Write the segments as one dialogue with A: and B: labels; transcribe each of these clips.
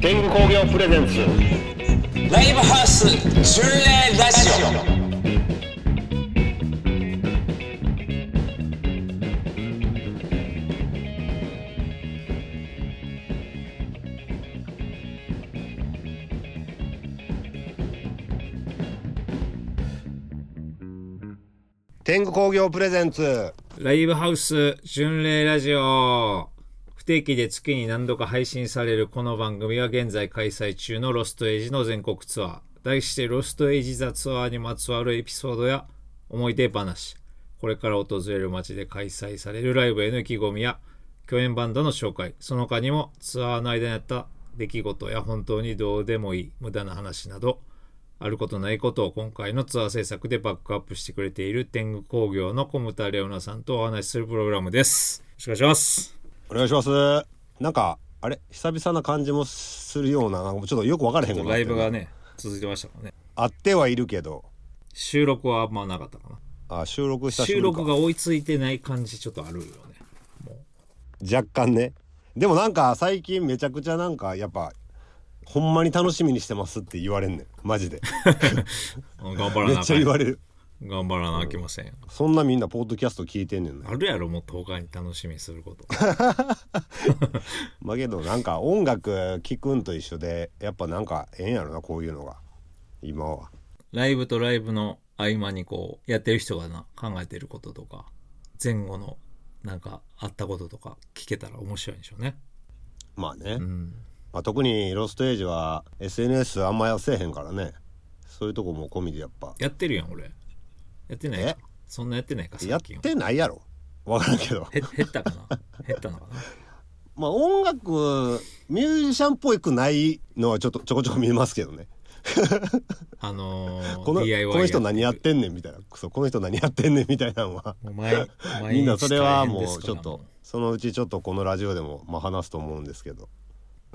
A: 天狗工業プレゼンツ
B: ライブハウス巡礼ラジオ
A: 天狗工業プレゼンツ
C: ライブハウス巡礼ラジオ不定期で月に何度か配信されるこの番組は現在開催中のロストエイジの全国ツアー題してロストエイジ・ザ・ツアーにまつわるエピソードや思い出話これから訪れる街で開催されるライブへの意気込みや共演バンドの紹介その他にもツアーの間にあった出来事や本当にどうでもいい無駄な話などあることないことを今回のツアー制作でバックアップしてくれている天狗工業の小牟田レオナさんとお話しするプログラムです。よろしくお願いします。
A: お願いしますなんかあれ久々な感じもするようななんかちょっとよく分からへんことになっ
C: ラ
A: て
C: イ
A: る
C: ブがね、続いてましたからね。
A: あってはいるけど
C: 収録はあんまなかったかな。
A: あ収録久しぶ
C: 収
A: りか
C: 録が追いついてない感じちょっとあるよね。
A: 若干ねでもなんか最近めちゃくちゃなんかやっぱほんまに楽しみにしてますって言われんねんマジで
C: うん頑張ら
A: めっ
C: なあ
A: ち
C: か
A: ゃ
C: ん
A: 言われる
C: 頑張らなあきませんよ。
A: そんなみんなポッドキャスト聞いてんねんね
C: あるやろ、もっと他に楽しみにする こと。
A: まあけどなんか音楽聞くんと一緒でやっぱなんかええんやろなこういうのが今は
C: ライブとライブの合間にこう、やってる人がな、考えてることとか、前後のなんかあったこととか聞けたら面白いんでしょうね。
A: まあね、
C: うん。
A: まあ、特にロストエイジは SNS あんまやせえへんからねそういうとこも込みでやっぱ
C: やってるやん、俺。やってない
A: え
C: か。そんなやってないか、
A: や
C: 最
A: っ
C: 近は。
A: てないやろ分からんけど
C: へ減ったかな減ったのかな
A: まあ音楽ミュージシャンっぽくないのはちょっとちょこちょこ見えますけどね
C: あの ー、
A: この
C: DIY
A: この人何やっ
C: る
A: てんねんみたいなクソこの人何やってんねんみたいなのは
C: もう毎 毎日
A: みんなそれはも
C: 大変です
A: う
C: か
A: ち
C: ら
A: ょっとそのうちちょっとこのラジオでもまあ話すと思うんですけど、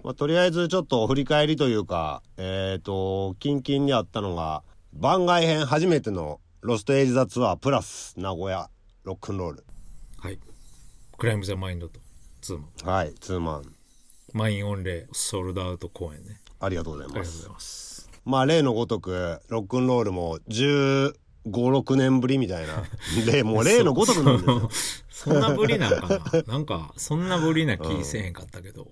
A: まあ、とりあえずちょっと振り返りというかえっ、と近々にあったのが番外編初めての「ロストエイジ・ザ・ツアープラス名古屋ロックンロール
C: はいクライム・ザ・マインドとツーマン」
A: はいツーマン
C: 満員御礼ソールドアウト公演ね
A: ありがとうござい
C: あり
A: ま
C: がとうご
A: す
C: ざいます
A: まあ例のごとくロックンロールも15、6年ぶりみたいな 例もう例のごとくなんです よ
C: そんなぶりなんかななんかそんなぶりな気せえへんかったけど、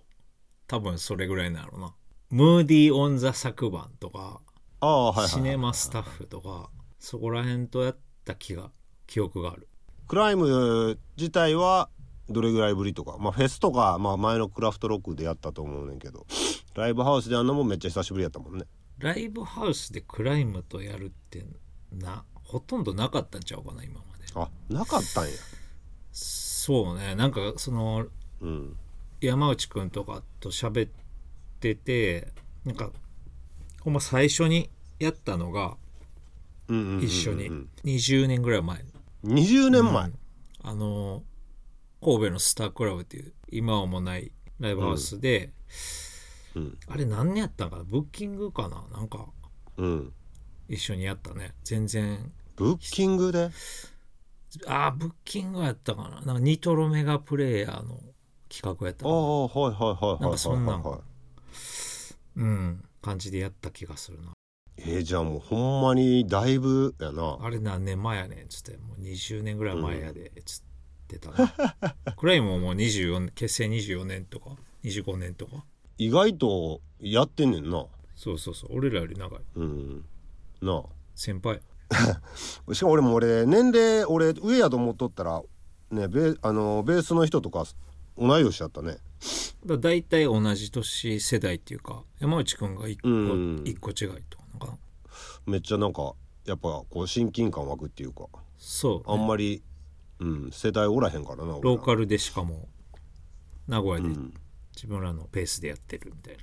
C: 多分それぐらいなのなムーディー・オン・ザ・昨晩とか、
A: ああはい
C: シ
A: はい
C: ネマスタッフとかそこら辺とやった気が記憶がある
A: クライム自体はどれぐらいぶりとか、まあ、フェスとか、まあ、前のクラフトロックでやったと思うねんけどライブハウスであんなもんめっちゃ久しぶりやったもんね
C: ライブハウスでクライムとやるってなほとんどなかったんちゃうかな今まで
A: あなかったんや
C: そうねなんかその
A: うん
C: 山内くんとかと喋っててなんかほんま最初にやったのが
A: うんうんうんうん
C: 一緒に20年ぐらい前
A: 20年前、
C: あの神戸のスタークラブっていう今はもうないライブハウスで、
A: うん
C: あれ何年やったんかなブッキングかななんか
A: うん
C: 一緒にやったね全然
A: ブッキングで
C: ああ、ブッキングやったかな。なんかニトロメガプレイヤーの企画やった
A: あ
C: かな。
A: あはいはいはいはいはい
C: なんかそんなん
A: はい
C: うん。感じでやった気がするな。
A: えー、じゃあもうほんまにだいぶやな
C: あれ何年前やねん。つって、もう20年ぐらい前やで。つってたな。 クライムももう24、結成24年とか、25年とか。
A: 意外とやってんねんな
C: そうそうそう。俺らより長い。
A: うんなあ
C: 先輩。
A: しかも俺も俺年齢俺上やと思っとったらねベーあのベースの人とか同い年だったね
C: だだいたい同じ年世代っていうか、山内くんが1個、
A: うん
C: 一個違いとかなんかな。
A: めっちゃなんかやっぱこう親近感湧くっていうか
C: そう、
A: あんまり、うん、世代おらへんからな俺ら
C: ローカルでしかも、名古
A: う
C: 屋で
A: ん、
C: 自分らのペースでやってるみたいな。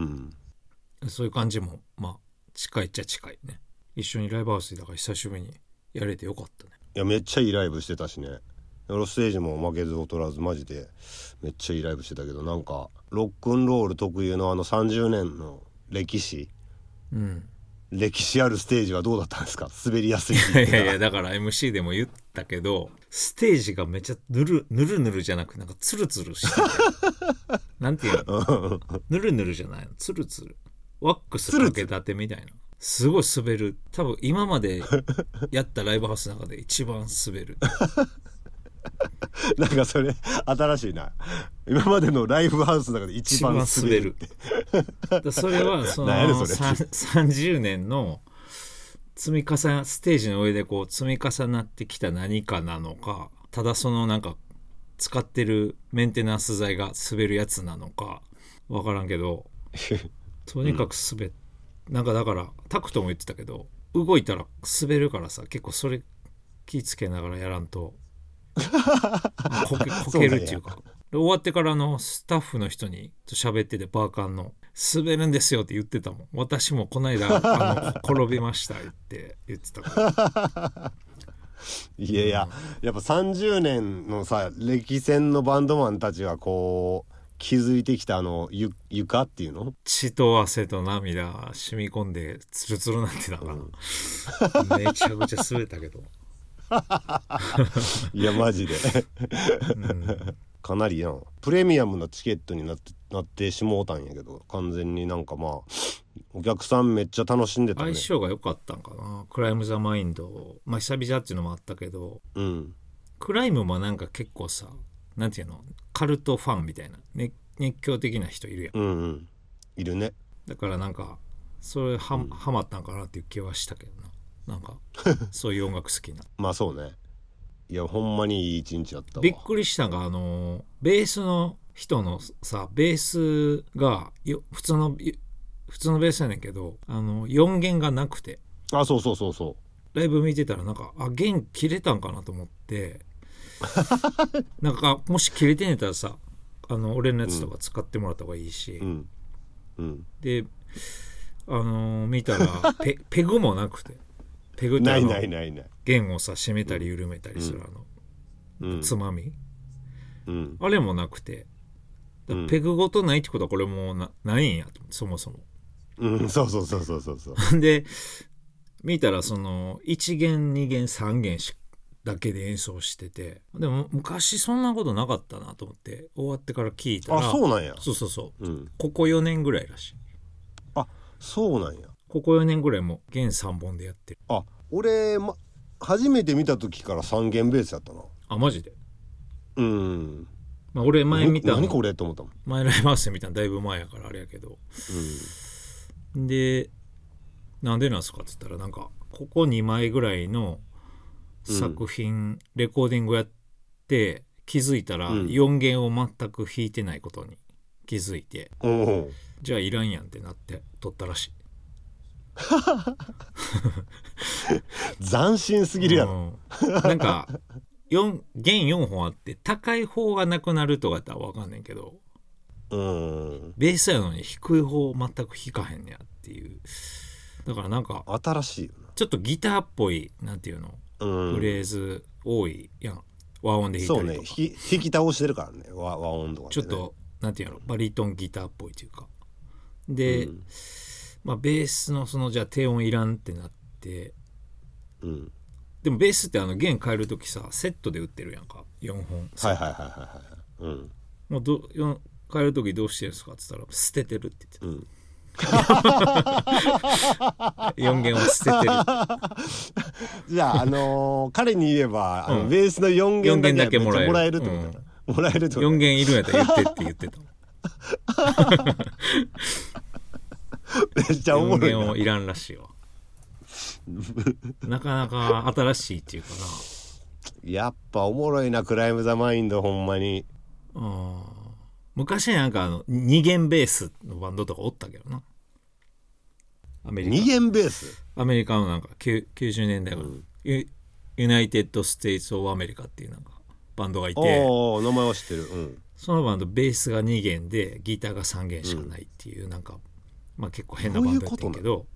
A: うん、
C: そういう感じも、まあ、近いっちゃ近いね。一緒にライブハウスだから久しぶりにやれてよかったね。
A: いやめっちゃいいライブしてたしねロステージも負けず劣らずマジでめっちゃいいライブしてたけどなんかロックンロール特有のあの30年の歴史
C: うん。
A: 歴史あるステージはどうだったんですか滑りやすいって
C: い
A: 言
C: や
A: っ
C: い
A: てた
C: やいや、だから MC でも言ったけ ど、ステージがめちゃぬる、ぬるぬるじゃなく、なんかツルツルしててなんていう のぬるぬるじゃないのツルツルワックスかけたてみたいなすごい滑る多分今 までやったライブハウスの中で一番滑る
A: なんかそれ新しいな今までのライフハウスの中で一
C: 一
A: 番
C: 番
A: 滑
C: 滑
A: る
C: るだからそ れはそ
A: なんやね
C: の
A: んそれ
C: さん30年の積み重なステージの上でこう積み重なってきた何かなのかただそのなんか使ってるメンテナンス材が滑るやつなのか分からんけどとにかく滑っ、なんかだからタクトも言ってたけど動いたら滑るからさ結構それ気ぃつけながらやらんとあこけこけるっていうかで終わってからあのスタッフの人にと喋っててバーカンの「滑るんですよ」って言ってたもん私もこの間あの転びましたって言ってたから
A: いやいや、やっぱ30年のさ歴戦のバンドマンたちがこう気づいてきたあのゆ床っていうの
C: 血と汗と涙染み込んでツルツルなってたから、めちゃくちゃ滑ったけど、
A: いやマジで
C: うん、
A: かなりやんプレミアムなチケットになってなってしもうたんやけど完全になんかまあお客さんめっちゃ楽しんでたね
C: 相性が良かったんかなクライム・ザ・マインドまあ久々っていうのもあったけど
A: うん
C: クライムもなんか結構さなんていうのカルトファンみたいな、ね、熱狂的な人いるやん
A: うんうんいるね
C: だからなんかそれは,、はまったんかなっていう気はしたけど ななんかそういう音楽好きな
A: まあそうねいやほんまにいい一日や ったわ
C: びっくりしたのがあのーベースの人のさベースがよ普通のよ普通のベースやねんけどあの4弦がなくて
A: あそうそうそうそ
C: ライブ見てたらなんかあ弦切れたんかなと思って なんかもし切れてんやったらさあの俺のやつとか使ってもらった方がいいし、
A: ううんうん
C: であのー見 たらペペグもなくてペグって
A: な
C: あ
A: い
C: の
A: ないないない
C: 弦をさ締めたり緩めたりするあの、
A: うん
C: つまみ
A: うん
C: あれもなくてだから
A: うん
C: ペグごとないってことはこれもうなないんやと思ってそもそも
A: うんそうそうそうそうそう そう
C: で見たらその1弦2弦3弦しだけで演奏しててでも昔そんなことなかったなと思って終わってから聞いたら
A: あそうなんや
C: そうそうそう
A: うん
C: ここ4年ぐらいらしい
A: あそうなんや
C: ここ4年ぐらいもう弦3本でやってる
A: あ俺、ま、初めて見た時から三弦ベースやったな
C: あマジで、
A: うん
C: まあ、俺前見た
A: な
C: の
A: 何これと思ったもん
C: 前ライブハウスで見たのだいぶ前やからあれやけどでなんでなんすかっつったらなんかここ2枚ぐらいの作品、レコーディングやって気づいたら
A: うん
C: 4弦を全く弾いてないことに気づいて、
A: うんおう
C: じゃあいらんやんってなって撮ったらしい
A: 斬新すぎるやろ
C: うんなんか4弦4本あって高い方がなくなるとかやったら分かんねんけど
A: うん
C: ベースやのに低い方全く弾かへんねやっていうだからなんか
A: 新しいよ
C: ちょっとギターっぽいなんていうの
A: なう
C: フ
A: ん
C: レーズ多いやん和音で弾
A: そう
C: いた
A: ね
C: り
A: 引
C: とか、
A: き引き倒してるからね和和音とかでね
C: ちょっとなんていうのバリトンギターっぽいというかで、
A: うん
C: まあベースのそのじゃあ低音いらんってなって
A: うん
C: でもベースってあの弦変える時さセットで打ってるやんか4本、
A: はいはいはいはいはいうん
C: もうどよ変える時どうしてるんですかって言ったら捨ててるって
A: う
C: 言って
A: ん
C: た、4弦を捨ててる
A: じゃあ、あのー彼に言えば、あの
C: うん
A: ベースの4弦だけ
C: 四弦だけ
A: も
C: も
A: ら
C: ら
A: え
C: え
A: る
C: る
A: ってことだな。もらえるってことだ
C: 4
A: な
C: 弦いるんやったら言ってって言ってた
A: めっちゃおも
C: 4
A: ろいな
C: 弦をいらんらしいわなかなか新しいっていうかな
A: やっぱおもろいな、クライム・ザ・マインド、ほんまに。
C: あー昔なんかあの二弦ベースのバンドとかおったけどなアメ
A: 2
C: リ
A: 弦ベース
C: カアメリカのなんかきゅ90年代は、ユユナイテッド・ステイツ・オブ・アメリカっていうなんかバンドがいて
A: おお名前は知ってる。うん。
C: そのバンドベースが2弦でギターが3弦しかないっていう、なんかまあ結構変なバンドやってんけど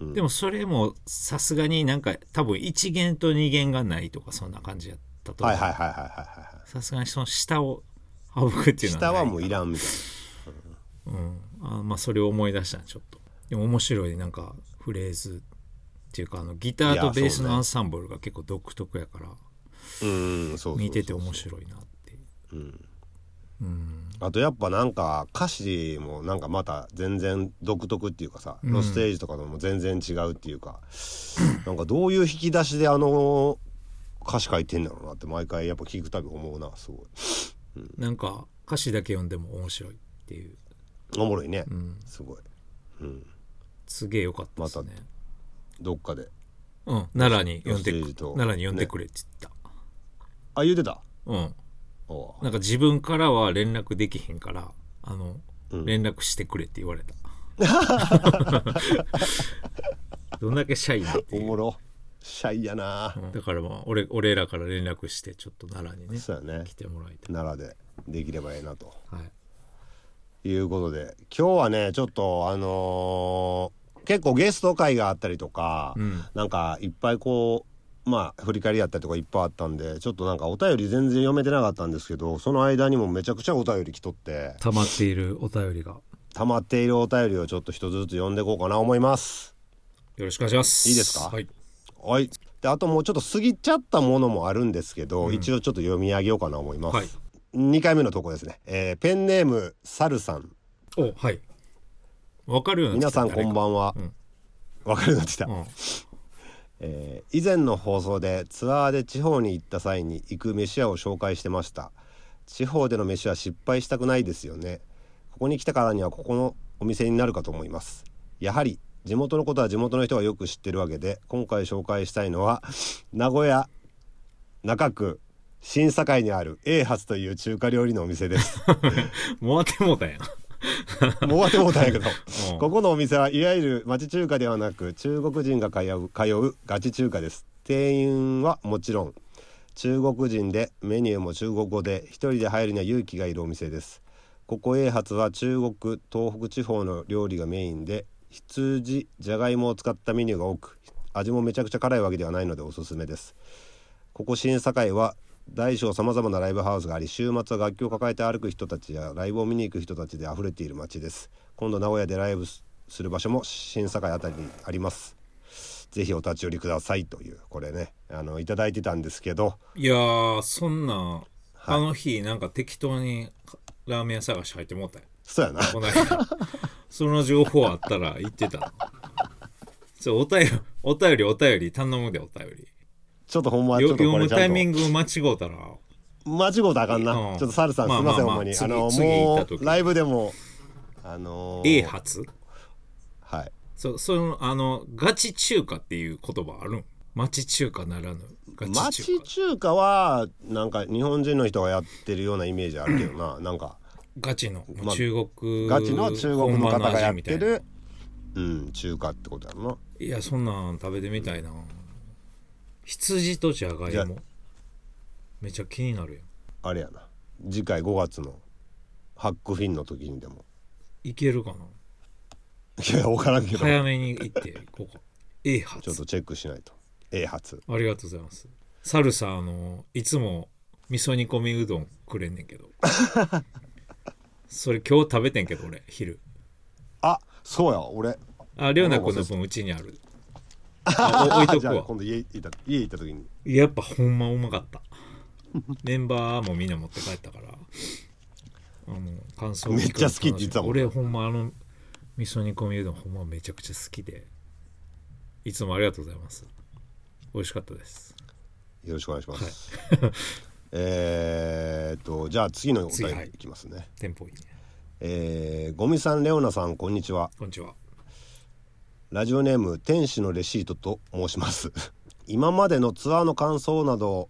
A: うん
C: でもそれもさすがになんか多分1弦と2弦がないとかそんな感じやったと思
A: は
C: う
A: いはいはいはいはいは
C: さすがにその下を省くって
A: い。
C: いうの
A: 下
C: はない
A: はもういらんみたい
C: うん、あまあそれを思い出したちょっとでも面白いなんかフレーズっていうかあのギターとベース
A: いやそう
C: の
A: ね
C: アンサンブルが結構独特やから
A: な。うん、そうそうそう
C: 見てて面白いなって
A: うん。あとやっぱなんか歌詞もなんかまた全然独特っていうかさ、ロステージとかのも全然違うっていう か、なんかどういう引き出しであの歌詞書いてんだろうなって毎回やっぱ聞くたび思うなすごい
C: なんか歌詞だけ読んでも面白いっていう
A: おもろいね、すごい
C: すげえ良かったですね、
A: どっかで
C: うん、奈良に呼んで
A: ロステー
C: く
A: ジと
C: 奈良に呼んでくれって言った、
A: あ言うてた
C: うん
A: おう
C: なんか自分からは連絡できへんからあの、連絡してくれって言わ れたどんだけシャイなって
A: お
C: いう
A: もろシャイやな、
C: だからまあ俺俺らから連絡してちょっと奈良にね
A: そうやね
C: 来てもらいたい、
A: 奈良でできればええなと
C: はい、
A: いうことで今日はねちょっとあのー結構ゲスト会があったりとか、
C: ん
A: なんかいっぱいこうまあ振り返りやったりとかいっぱいあったんでちょっとなんかお便り全然読めてなかったんですけどその間にもめちゃくちゃお便り来とって
C: 溜まっているお便りが
A: 溜まっているお便りをちょっと一つずつ読んでいこうかな思います。
C: よろしくお願いします
A: いいですか
C: はい、
A: はい、であともうちょっと過ぎちゃったものもあるんですけど、一応ちょっと読み上げようかな思います、
C: はい
A: 2回目の投稿ですね、えーペンネームサルさん
C: おはいわかるようにな
A: 皆
C: ってきた
A: さんこんばんは
C: ん
A: わ、かるようになってきた、
C: 誰か
A: えー以前の放送でツアーで地方に行った際に行く飯屋を紹介してました地方での飯は失敗したくないですよねここに来たからにはここのお店になるかと思いますやはり地元のことは地元の人がよく知ってるわけで今回紹介したいのは名古屋中区新堺にある A 発という中華料理のお店です
C: うん、もう当てもうたやん
A: もう終わってもうたんやけど、
C: ん
A: ここのお店はいわゆる町中華ではなく中国人が通う通うガチ中華です店員はもちろん中国人でメニューも中国語で一人で入るには勇気がいるお店ですここ A 発は中国東北地方の料理がメインで羊じゃがいもを使ったメニューが多く味もめちゃくちゃ辛いわけではないのでおすすめですここ新堺は大小さまざまなライブハウスがあり週末は楽器を抱えて歩く人たちやライブを見に行く人たちで溢れている街です今度名古屋でライブすする場所も新堺あたりにありますぜひお立ち寄りくださいというこれねあのいただいてたんですけど
C: いやーそんなんあの日なんか適当にラーメン屋探し入ってもうたやん
A: そうやな
C: この 間その情報あったら言ってたちょお便りお便りお便り頼むでお便り
A: ちょっとほんまち
C: よ
A: ょっと
C: 読
A: これ
C: む
A: ちゃ
C: タ
A: ん
C: イ
A: と
C: ミング間違うたら
A: 間違うたらあかんな、
C: うん
A: ちょっとサルさんす
C: まあ
A: いません、
C: まあま
A: ほんま
C: あ
A: に
C: 次
A: あの
C: 次行った
A: も
C: 時
A: うライブでもあのー
C: A 発
A: はい
C: そそのあのガチ中華っていう言葉あるん町中華ならぬガチ中
A: 町
C: 華
A: 中華はなんか日本人の人がやってるようなイメージあるけどななんか
C: ガチの
A: まあ
C: 中国
A: ガチの中国
C: 本
A: の
C: 場
A: 方がやっ
C: 味みた
A: て
C: いな
A: るうん中華ってことやろない
C: やそんなん食べてみたいな羊とじゃが
A: じゃ
C: いもめちゃ気になるやん
A: あれやな次回5月のハックフィンの時にでも
C: いけるかない
A: や分からんけど
C: 早めに行っていこう か A 発
A: ちょっとチェックしないと A 発
C: ありがとうございます。サルさん、あの、いつも味噌煮込みうどんくれんねんけ ど。それ今日食べてんけど、俺、昼。
A: あそうや俺
C: あ、りょうなくんの分、うちにある。あお置いと
A: じ
C: く
A: ゃあ
C: わ
A: 今度家行った家行った時に。
C: やっぱほんまうまかった。メンバーもみんな持って帰ったから。あの、感想
A: めっちゃ好きって言ってたもん
C: 俺、ほんまあの、味噌煮込みうどん、ほんまめちゃくちゃ好きで。いつもありがとうございます。美味しかったです。
A: よろしくお願いします。 えーっとじゃあ次のお便
C: 次は
A: り
C: い
A: いきますね。
C: テンポいいね。
A: えー、ゴミさんレオナさんこんにちは。
C: こんにちは。
A: ラジオネーム天使のレシートと申します 今までのツアーの感想など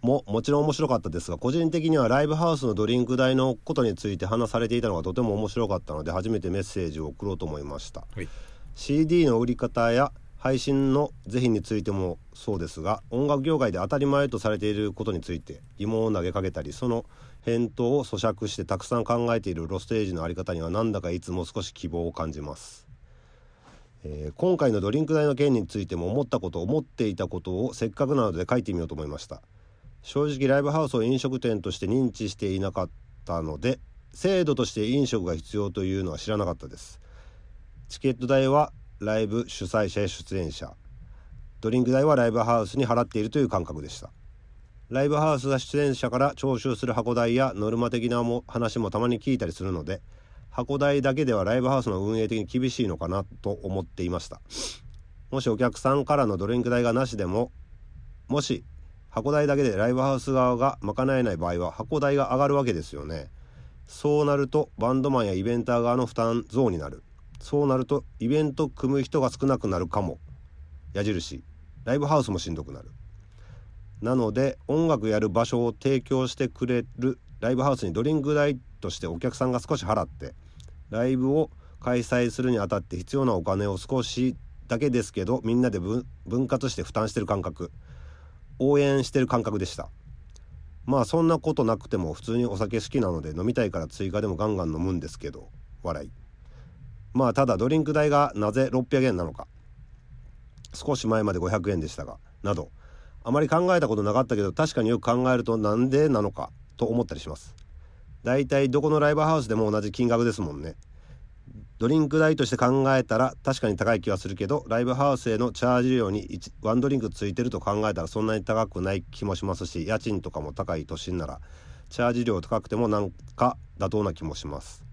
A: ももちろん面白かったですが個人的にはライブハウスのドリンク代のことについて話されていたのがとても面白かったので初めてメッセージを送ろうと思いました
C: はい。
A: CD の売り方や配信の是非についてもそうですが音楽業界で当たり前とされていることについて疑問を投げかけたりその返答を咀嚼してたくさん考えているロステージのあり方にはなんだかいつも少し希望を感じます、えー今回のドリンク代の件についても思ったこと思っていたことをせっかくなので書いてみようと思いました正直ライブハウスを飲食店として認知していなかったので制度として飲食が必要というのは知らなかったですチケット代はライブ主催者や出演者ドリンク代はライブハウスに払っているという感覚でしたライブハウスが出演者から徴収する箱代やノルマ的なも話もたまに聞いたりするので箱代だけではライブハウスの運営的に厳しいのかなと思っていましたもしお客さんからのドリンク代がなしでももし箱代だけでライブハウス側が賄えない場合は箱代が上がるわけですよねそうなるとバンドマンやイベンター側の負担増になるそうなるとイベント組む人が少なくなるかも矢印ライブハウスもしんどくなるなので音楽やる場所を提供してくれるライブハウスにドリンク代としてお客さんが少し払ってライブを開催するにあたって必要なお金を少しだけですけどみんなで分分割して負担してる感覚応援してる感覚でしたまあそんなことなくても普通にお酒好きなので飲みたいから追加でもガンガン飲むんですけど笑いまあただドリンク代がなぜ600円なのか少し前まで500円でしたがなどあまり考えたことなかったけど確かによく考えるとなんでなのかと思ったりしますだいたいどこのライブハウスでも同じ金額ですもんねドリンク代として考えたら確かに高い気はするけどライブハウスへのチャージ料に一ワンドリンクついてると考えたらそんなに高くない気もしますし家賃とかも高い都心ならチャージ料高くてもなんか妥当な気もします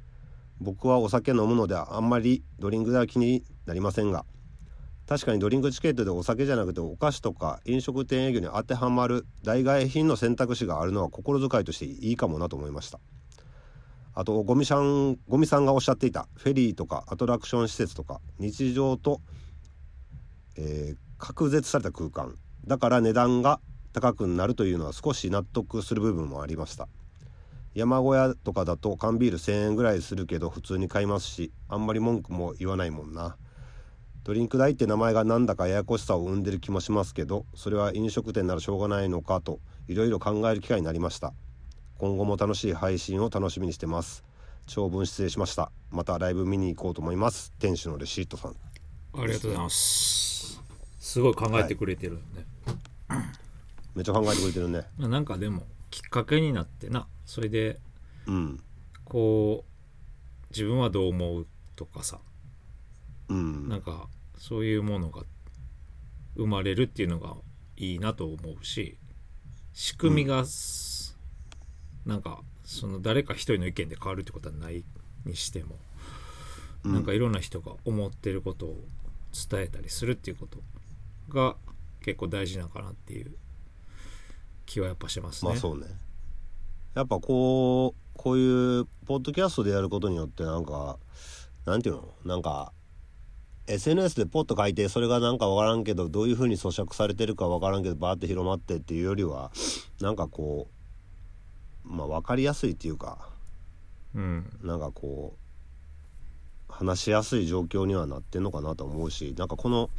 A: 僕はお酒飲むのであんまりドリンク代は気になりませんが確かにドリンクチケットでお酒じゃなくてお菓子とか飲食店営業に当てはまる代替品の選択肢があるのは心遣いとしていいかもなと思いましたあとゴミさんゴミさんがおっしゃっていたフェリーとかアトラクション施設とか日常と、えー隔絶された空間だから値段が高くなるというのは少し納得する部分もありました山小屋とかだと缶ビール1,000円ぐらいするけど普通に買いますしあんまり文句も言わないもんなドリンク代って名前がなんだかややこしさを生んでる気もしますけどそれは飲食店ならしょうがないのかといろいろ考える機会になりました今後も楽しい配信を楽しみにしてます長文失礼しましたまたライブ見に行こうと思います店主のレシートさん
C: ありがとうございますすごい考えてくれてるんで、
A: めっちゃ考えてくれてるね
C: まあなんかでもきっかけになってなそれで
A: うん
C: こう自分はどう思うとかさ
A: うん
C: なんかそういうものが生まれるっていうのがいいなと思うし仕組みがす、なんかその誰か一人の意見で変わるってことはないにしても、なんかいろんな人が思ってることを伝えたりするっていうことが結構大事なのかなっていう気はやっぱしますね。
A: まあそうねやっぱこうこういうポッドキャストでやることによってなんかなんていうのなんか SNS でポッと書いてそれがなんかわからんけどどういうふうに咀嚼されてるかわからんけどバーって広まってっていうよりはなんかこうまあ分かりやすいっていうか
C: うん、
A: なんかこう話しやすい状況にはなってんのかなと思うしなんかこの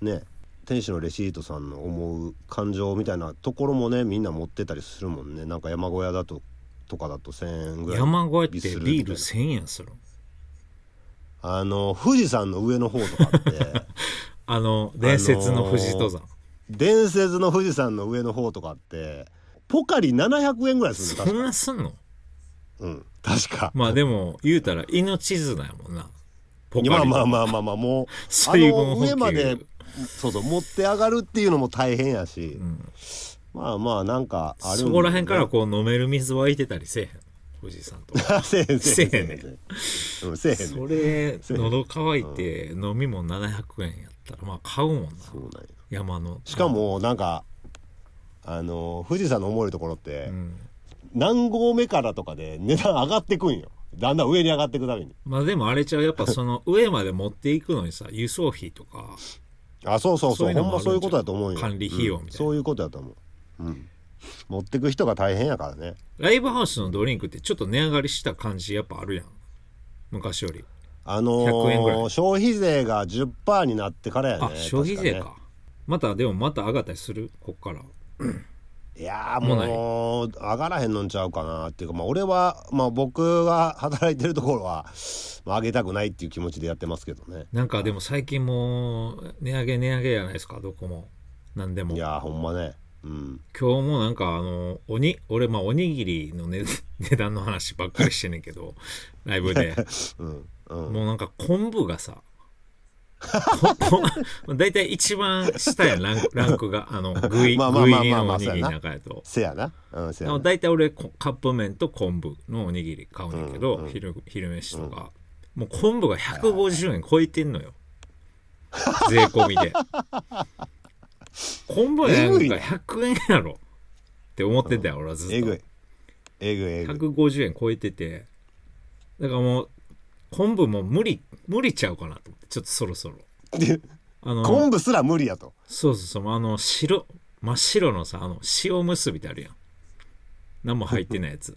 A: ね天使のレシートさんの思う感情みたいなところもねみんな持ってたりするもんねなんか山小屋だととかだと1,000円ぐらい
C: 山小屋って
A: するみたいな
C: ビール1000円するの
A: あの富士山の上の方とかって
C: あの伝説の富士登山、
A: 伝説の富士山の上の方とかってポカリ700円ぐらいする
C: そ
A: んだ
C: んなすんの
A: うん確か
C: まあでも言うたら命綱やもんな。ポ
A: まあまあ
C: あ。
A: まあまあまあもうあ
C: 水分補
A: の
C: 給
A: 上までそうそう持って上がるっていうのも大変やし、
C: ん
A: まあまあなんかあるんだよね
C: そこら辺からこう飲める水湧いてたりせえへん。富士山とか。
A: せえへんせえへん
C: せえへんね
A: うん せえへんね
C: それ、喉乾いて飲み物700円やったら、まあ買うもんな。
A: そうなんよ
C: 山の。
A: しかもなんかあの富士山の思えるところって、
C: うん。
A: 何合目からとかで値段上がってくんよだんだん上に上がってくために
C: まあでもあれちゃう、やっぱその上まで持っていくのにさ、輸送費とか、
A: あそうそうそう
C: そういうの
A: ほ
C: も
A: んまそういうことだと思うよ
C: 管理費用みたいな
A: うんそういうことだと思う、うん、持ってく人が大変やからね
C: ライブハウスのドリンクってちょっと値上がりした感じやっぱあるやん。昔より。
A: あの
C: 100円ぐら
A: ー、
C: い
A: 消費税が10%になってからやね
C: あ、消費
A: 確
C: 税
A: ね
C: か。また、でもまた上がったりするこっから。
A: いやー
C: もうない
A: もう上がらへんのんちゃうかなっていうか、まあ、俺は、まあ、僕が働いてるところは、まあ、上げたくないっていう気持ちでやってますけどね
C: なんかでも最近もう値上げ値上げじゃないですかどこも何でも
A: い
C: 今
A: やーほんまねうん
C: 日もなんかあのおに俺まあおにぎりの値 値段の話ばっ かりしてんねんけどライブで
A: うんうん
C: もうなんか昆布がさこ こ大体一番下やんランクランクが あの具入
A: まあまあ
C: 具
A: まあ
C: 入り
A: まあ
C: の
A: ま
C: お
A: あ
C: にぎ
A: そう
C: り
A: やな
C: の中やと
A: せやなうんせ
C: で
A: や
C: も
A: な
C: 大体俺こカップ麺と昆布のおにぎり買うねんだけど、昼昼飯とか、もう昆布が150円超えてん のよ税込みで昆布なんか100円やろって思ってたよ俺はずっと
A: えぐいえぐいえぐい
C: 150円超えててだからもう昆布も無理無理ちゃうかなと思ってちょっとそろそろ
A: で
C: あの
A: 昆布すら無理やと
C: そうそうそうあの白真っ白のさあの塩結びってあるやん何も入ってないやつ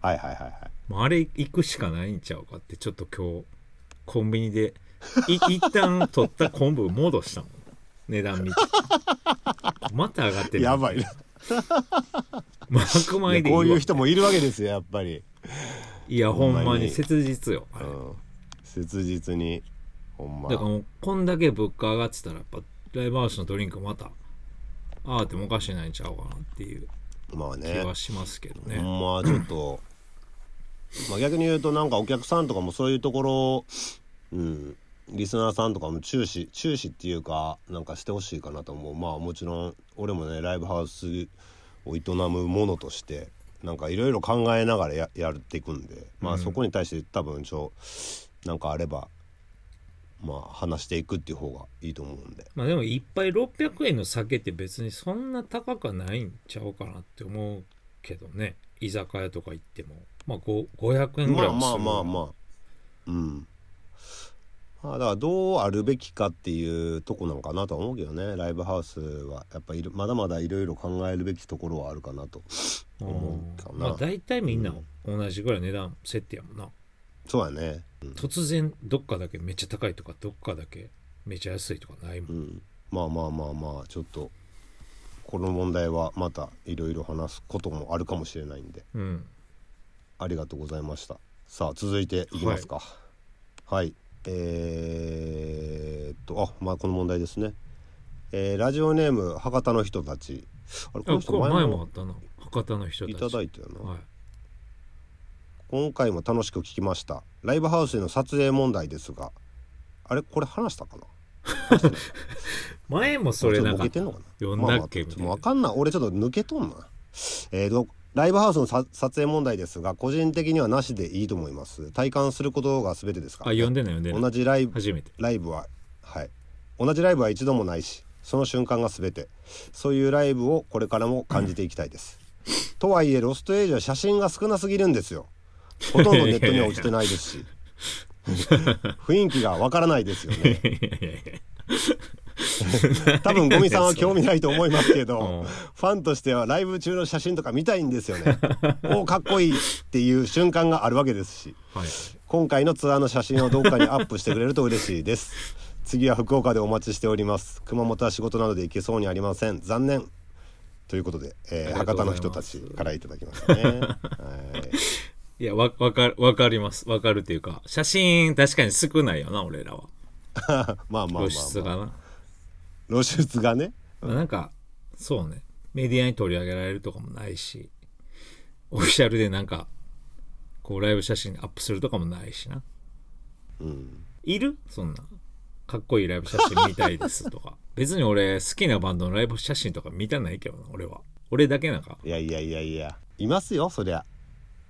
A: はいはいはいはい
C: もうあれ行くしかないんちゃうかってちょっと今日コンビニでい 一旦取った昆布戻したもん値段見てまた上がってる
A: やばいな
C: まあ白
A: い
C: 米
A: や
C: でいい
A: こ
C: わ
A: ういう人もいるわけですよやっぱり
C: いやほん
A: ほん
C: ま
A: ま
C: に
A: に
C: 切実よあれ
A: うん切実にほんま
C: だからもうこんだけ物価上がってたらやっぱライブハウスのドリンクまたああってもおかしないんちゃうかなっていう
A: まあ
C: 気
A: ね
C: はしますけどね
A: ほんまちょっとまあ逆に言うとなんかお客さんとかもそういうところをうんリスナーさんとかも注視注視っていうかなんかしてほしいかなと思うまあもちろん俺もねライブハウスを営むものとしてなんかいろいろ考えながらややっていくんでまあそこに対して多分ちょなんかあればまあ話していくっていう方がいいと思うんで
C: まあでも一杯600円の酒って別にそんな高くはないんちゃうかなって思うけどね居酒屋とか行ってもまあご500円ぐ
A: ま
C: らい
A: あ
C: は
A: ますあ
C: る
A: まあまあうんまあだからどうあるべきかっていうとこなのかなとは思うけどねライブハウスはやっぱいるまだまだいろいろ考えるべきところはあるかなと
C: うん
A: 思うか
C: ま
A: な、
C: あ大体みんな同じぐらいの値段設定やもんな、
A: そうやね
C: 突然どっかだけめっちゃ高いとかどっかだけめちゃ安いとかないもん、
A: うんまあまあまあまあちょっとこの問題はまたいろいろ話すこともあるかもしれないんで
C: うん、
A: ありがとうございましたさあ続いていきますかはい、えー、っとあまあこの問題ですねえーラジオネーム博多の人たちあれこ
C: あ
A: の
C: こ
A: 人
C: れ
A: 前
C: 前もあ
A: も
C: ったな博多の人た
A: い
C: ち
A: ただいたよな、
C: はい、
A: 今回も楽しく聞きましたライブハウスへの撮影問題ですがあれこれ話したかな
C: 前もそれなんか
A: ちょっとボケてんのかな
C: 呼んだっけみた
A: まあまあちょっ
C: い
A: と
C: な
A: わかんない俺ちょっと抜けとんなえーとライブハウスのさ撮影問題ですが個人的にはなしでいいと思います体感することが全てですか
C: あ
A: ら、
C: 呼んでない呼んでな
A: 同
C: い
A: じライブ
C: 初めて
A: ライブははい同じライブは一度もないしその瞬間が全てそういうライブをこれからも感じていきたい です、とはいえロストエイジは写真が少なすぎるんですよほとんどネットには落ちてないです し雰囲気がわからないですよね多分ゴミさんは興味ないと思いますけど、
C: うん
A: ファンとしてはライブ中の写真とか見たいんです よねおーかっこいいっていう瞬間があるわけですし
C: はい
A: 今回のツアーの写真をどっかにアップしてくれると嬉しいです 次は福岡でお待ちしております熊本は仕事などで行けそうにありません残念ということで、えー
C: ありがと
A: 博多の
C: うございます
A: 人たちからいただきましたね はい
C: いや、わ、わかる、わかります。わかるっていうか、写真確かに少ないよな、俺らは。
A: まあまあまあ、まあ、
C: 露出がな。
A: 露出がね
C: なんか、そうね。メディアに取り上げられるとかもないし、オフィシャルでなんか、こう、ライブ写真アップするとかもないしな。いるそんな。かっこいいライブ写真見たいですとか。 別に俺、好きなバンドのライブ写真とか見たないけどな、俺は。俺だけなんか、
A: いやいやいやいやいますよそりゃ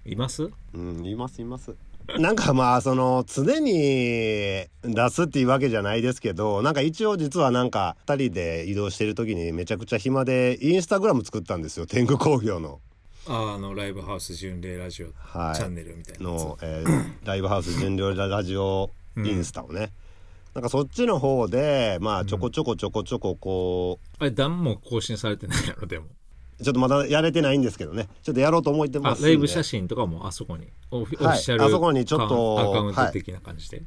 C: います
A: うんいますいますなんかまあその常に出すっていうわけじゃないですけどなんか一応実はなんか2人で移動してる時にめちゃくちゃ暇でインスタグラム作ったんですよ天狗工業の。
C: ああの、ライブハウス巡礼ラジオチ
A: はい
C: ャンネルみたいなやつ。
A: の、えーライブハウス純料ラジオインスタをね、なんかそっちの方でまあちょこちょこちょこちょここ
C: あれ、段も更新されてないやろ、でも。
A: うちょっとまだやれてないんですけどねちょっとやろうと思ってま
C: あ
A: すんで
C: ライブ写真とかもあそこにオフ,、
A: はい
C: オフィシャル
A: あそこにちょっと
C: アカウント的な感じで、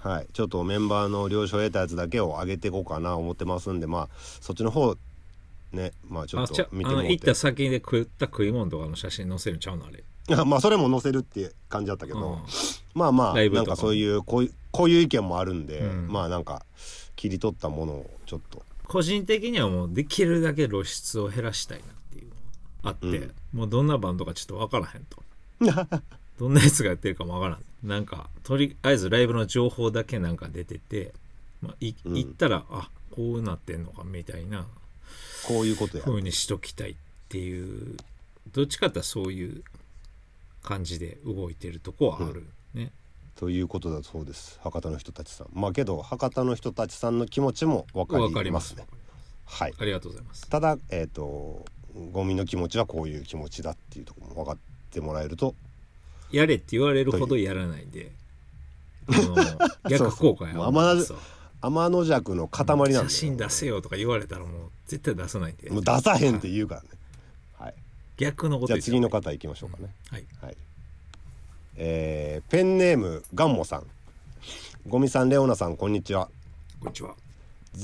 A: はいちょっとメンバーの了承を得たやつだけを上げていこうかな思ってますんでまあそっちの方ねまあちょ
C: あ
A: っ
C: じ
A: と
C: ゃあ
A: 見ても
C: の
A: らっ
C: 行ってた先で食った食い物とかの写真載せるんちゃうのあれ、
A: まあそれも載せるって感じだったけど、
C: うん
A: まあまあ
C: ライブ
A: な
C: と
A: ん
C: か
A: かそういうこういうこういう意見もあるんで、
C: うん
A: まあなんか切り取ったものをちょっと
C: 個人的にはもうできるだけ露出を減らしたいなっていうのがあって、
A: うん
C: もうどんなバンドかちょっとわからへん とどんなやつがやってるかもわからんなんかとりあえずライブの情報だけなんか出ててまあ、い
A: うん
C: 行ったら、あこうなってんのかみたいな
A: こういうことや
C: 風にしときたいっていうどっちかっていうとそういう感じで動いてるとこはあるね、
A: ということだそうです博多の人たちさんまあけど博多の人たちさんの気持ちも分
C: わ
A: か
C: か
A: り
C: り
A: ま
C: ますす
A: ねはい
C: ありがとうございます
A: ただえっ、とゴミの気持ちはこういう気持ちだっていうところも分かってもらえると
C: やれって言われるほどやらない んであの逆効果や
A: もう甘な
C: そう
A: 天の弱の塊なんで
C: 写真出せよとか言われたらもう絶対出さないんで
A: もう出さへんって言うからねはい
C: 逆の
A: じ
C: こと
A: ゃあ
C: です
A: 次
C: よ
A: の方行きましょうかね
C: はい
A: はいえーペンネームガンモさんゴミさんレオナさんこんにちは
C: こんにちは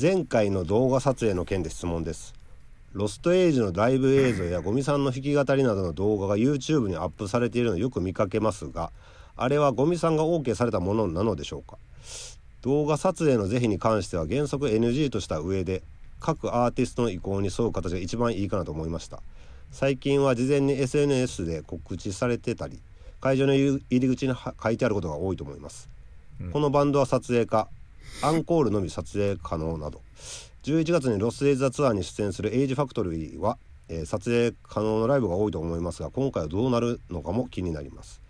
A: 前回の動画撮影の件で質問ですロストエイジのライブ映像やゴミさんの弾き語りなどの動画が YouTube にアップされているのをよく見かけますがあれはゴミさんが OK されたものなのでしょうか動画撮影の是非に関しては原則 NG とした上で各アーティストの意向に沿う形が一番いいかなと思いました最近は事前に SNS で告知されてたり会場の入り口に書いてあることが多いと思いますこのバンドは撮影家アンコールのみ撮影可能など11月にロス・エイザツアーに出演するエイジファクトリーは、えー撮影可能のライブが多いと思いますが今回はどうなるのかも気になります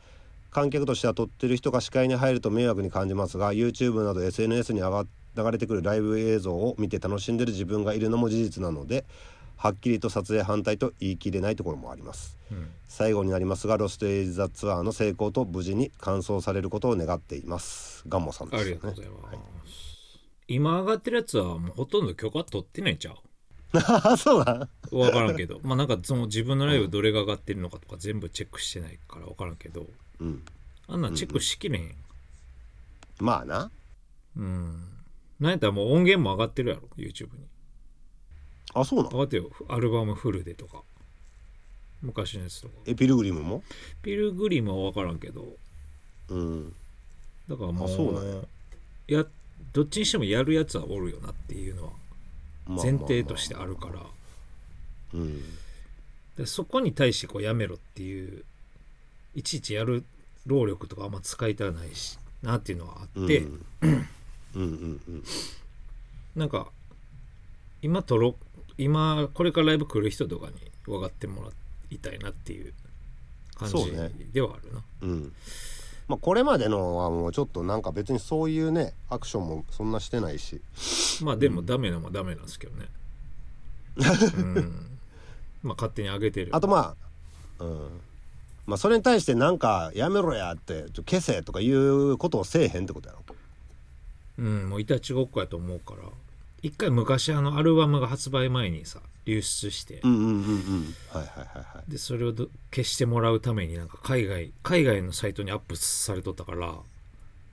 A: 観客としては撮ってる人が視界に入ると迷惑に感じますが YouTube など SNS に上が流れてくるライブ映像を見て楽しんでる自分がいるのも事実なのではっきりと撮影反対と言い切れないところもあります、最後になりますがロストエイザツアーの成功と無事に完走されることを願っていますガンモさんで
C: あ
A: す、ね、
C: りがとうございます、今上がってるやつはもうほとんど許可取ってないんちゃう
A: あそうなん
C: 分からん けどまあなんかその自分のライブどれが上がってるのかとか全部チェックしてないから分からんけど
A: うん
C: あんなんチェックしきれへん
A: まあな
C: うんなんやったらもう音源も上がってるやろ YouTube に
A: あそうなん
C: 上がってよアルバムフルでとか昔のやつとか
A: エピルグリムも
C: ピルグリムは分からんけど
A: うん
C: だからも
A: あ
C: う
A: そうなんや
C: やどっちにしてもやるやつはおるよなっていうのは
A: まあ
C: 前提としてあるから
A: うん
C: でそこに対してこうやめろっていういちいちやる労力とかあんま使いたくないしなっていうのはあって、
A: うん、うんうんうん
C: なんか今撮ろ今これからライブ来る人とかに分かってもらいたいなっていう感じ
A: そうね
C: ではあるな、
A: うんまあこれまでのはもうちょっとなんか別にそういうねアクションもそんなしてないし
C: まあでもダメなのはダメなんですけど ねうんまあ勝手に上げてる
A: あとまあうんまあそれに対してなんかやめろやってちょ消せとかいうことをせえへんってことやろ
C: うんもういたちごっこやと思うから一回昔あのアルバムが発売前にさ流出して、
A: うんうんうんうんはいはいはいはい
C: でそれをど消してもらうためになんか海外海外のサイトにアップされとったから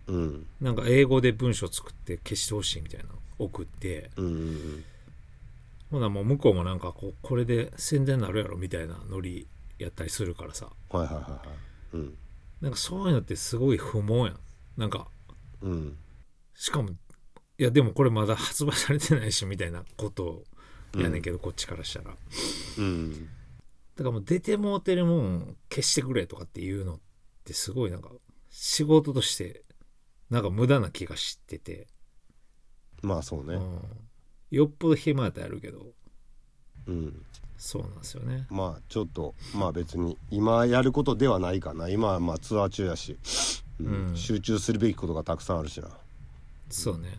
A: うん
C: なんか英語で文章作って消してほしいみたいなの送って
A: うんうんうん
C: ほなもう向こうもなんかこうこれで宣伝になるやろみたいなノリやったりするからさ
A: はいはいはいはいうん
C: なんかそういうのってすごい不毛やんなんか
A: うん
C: しかもいやでもこれまだ発売されてないしみたいなことやねんけど、こっちからしたらだか
A: うん
C: らもう出てもうてるもん消してくれとかっていうのってすごいなんか仕事としてなんか無駄な気がしてて、
A: まあそう
C: う
A: ね
C: ん、よっぽど暇やったらやるけど
A: うん
C: そうなんですよね
A: まあちょっとまあ別に今やることではないかな今はまあツアー中やし、うん
C: うん
A: 集中するべきことがたくさんあるしな
C: そうね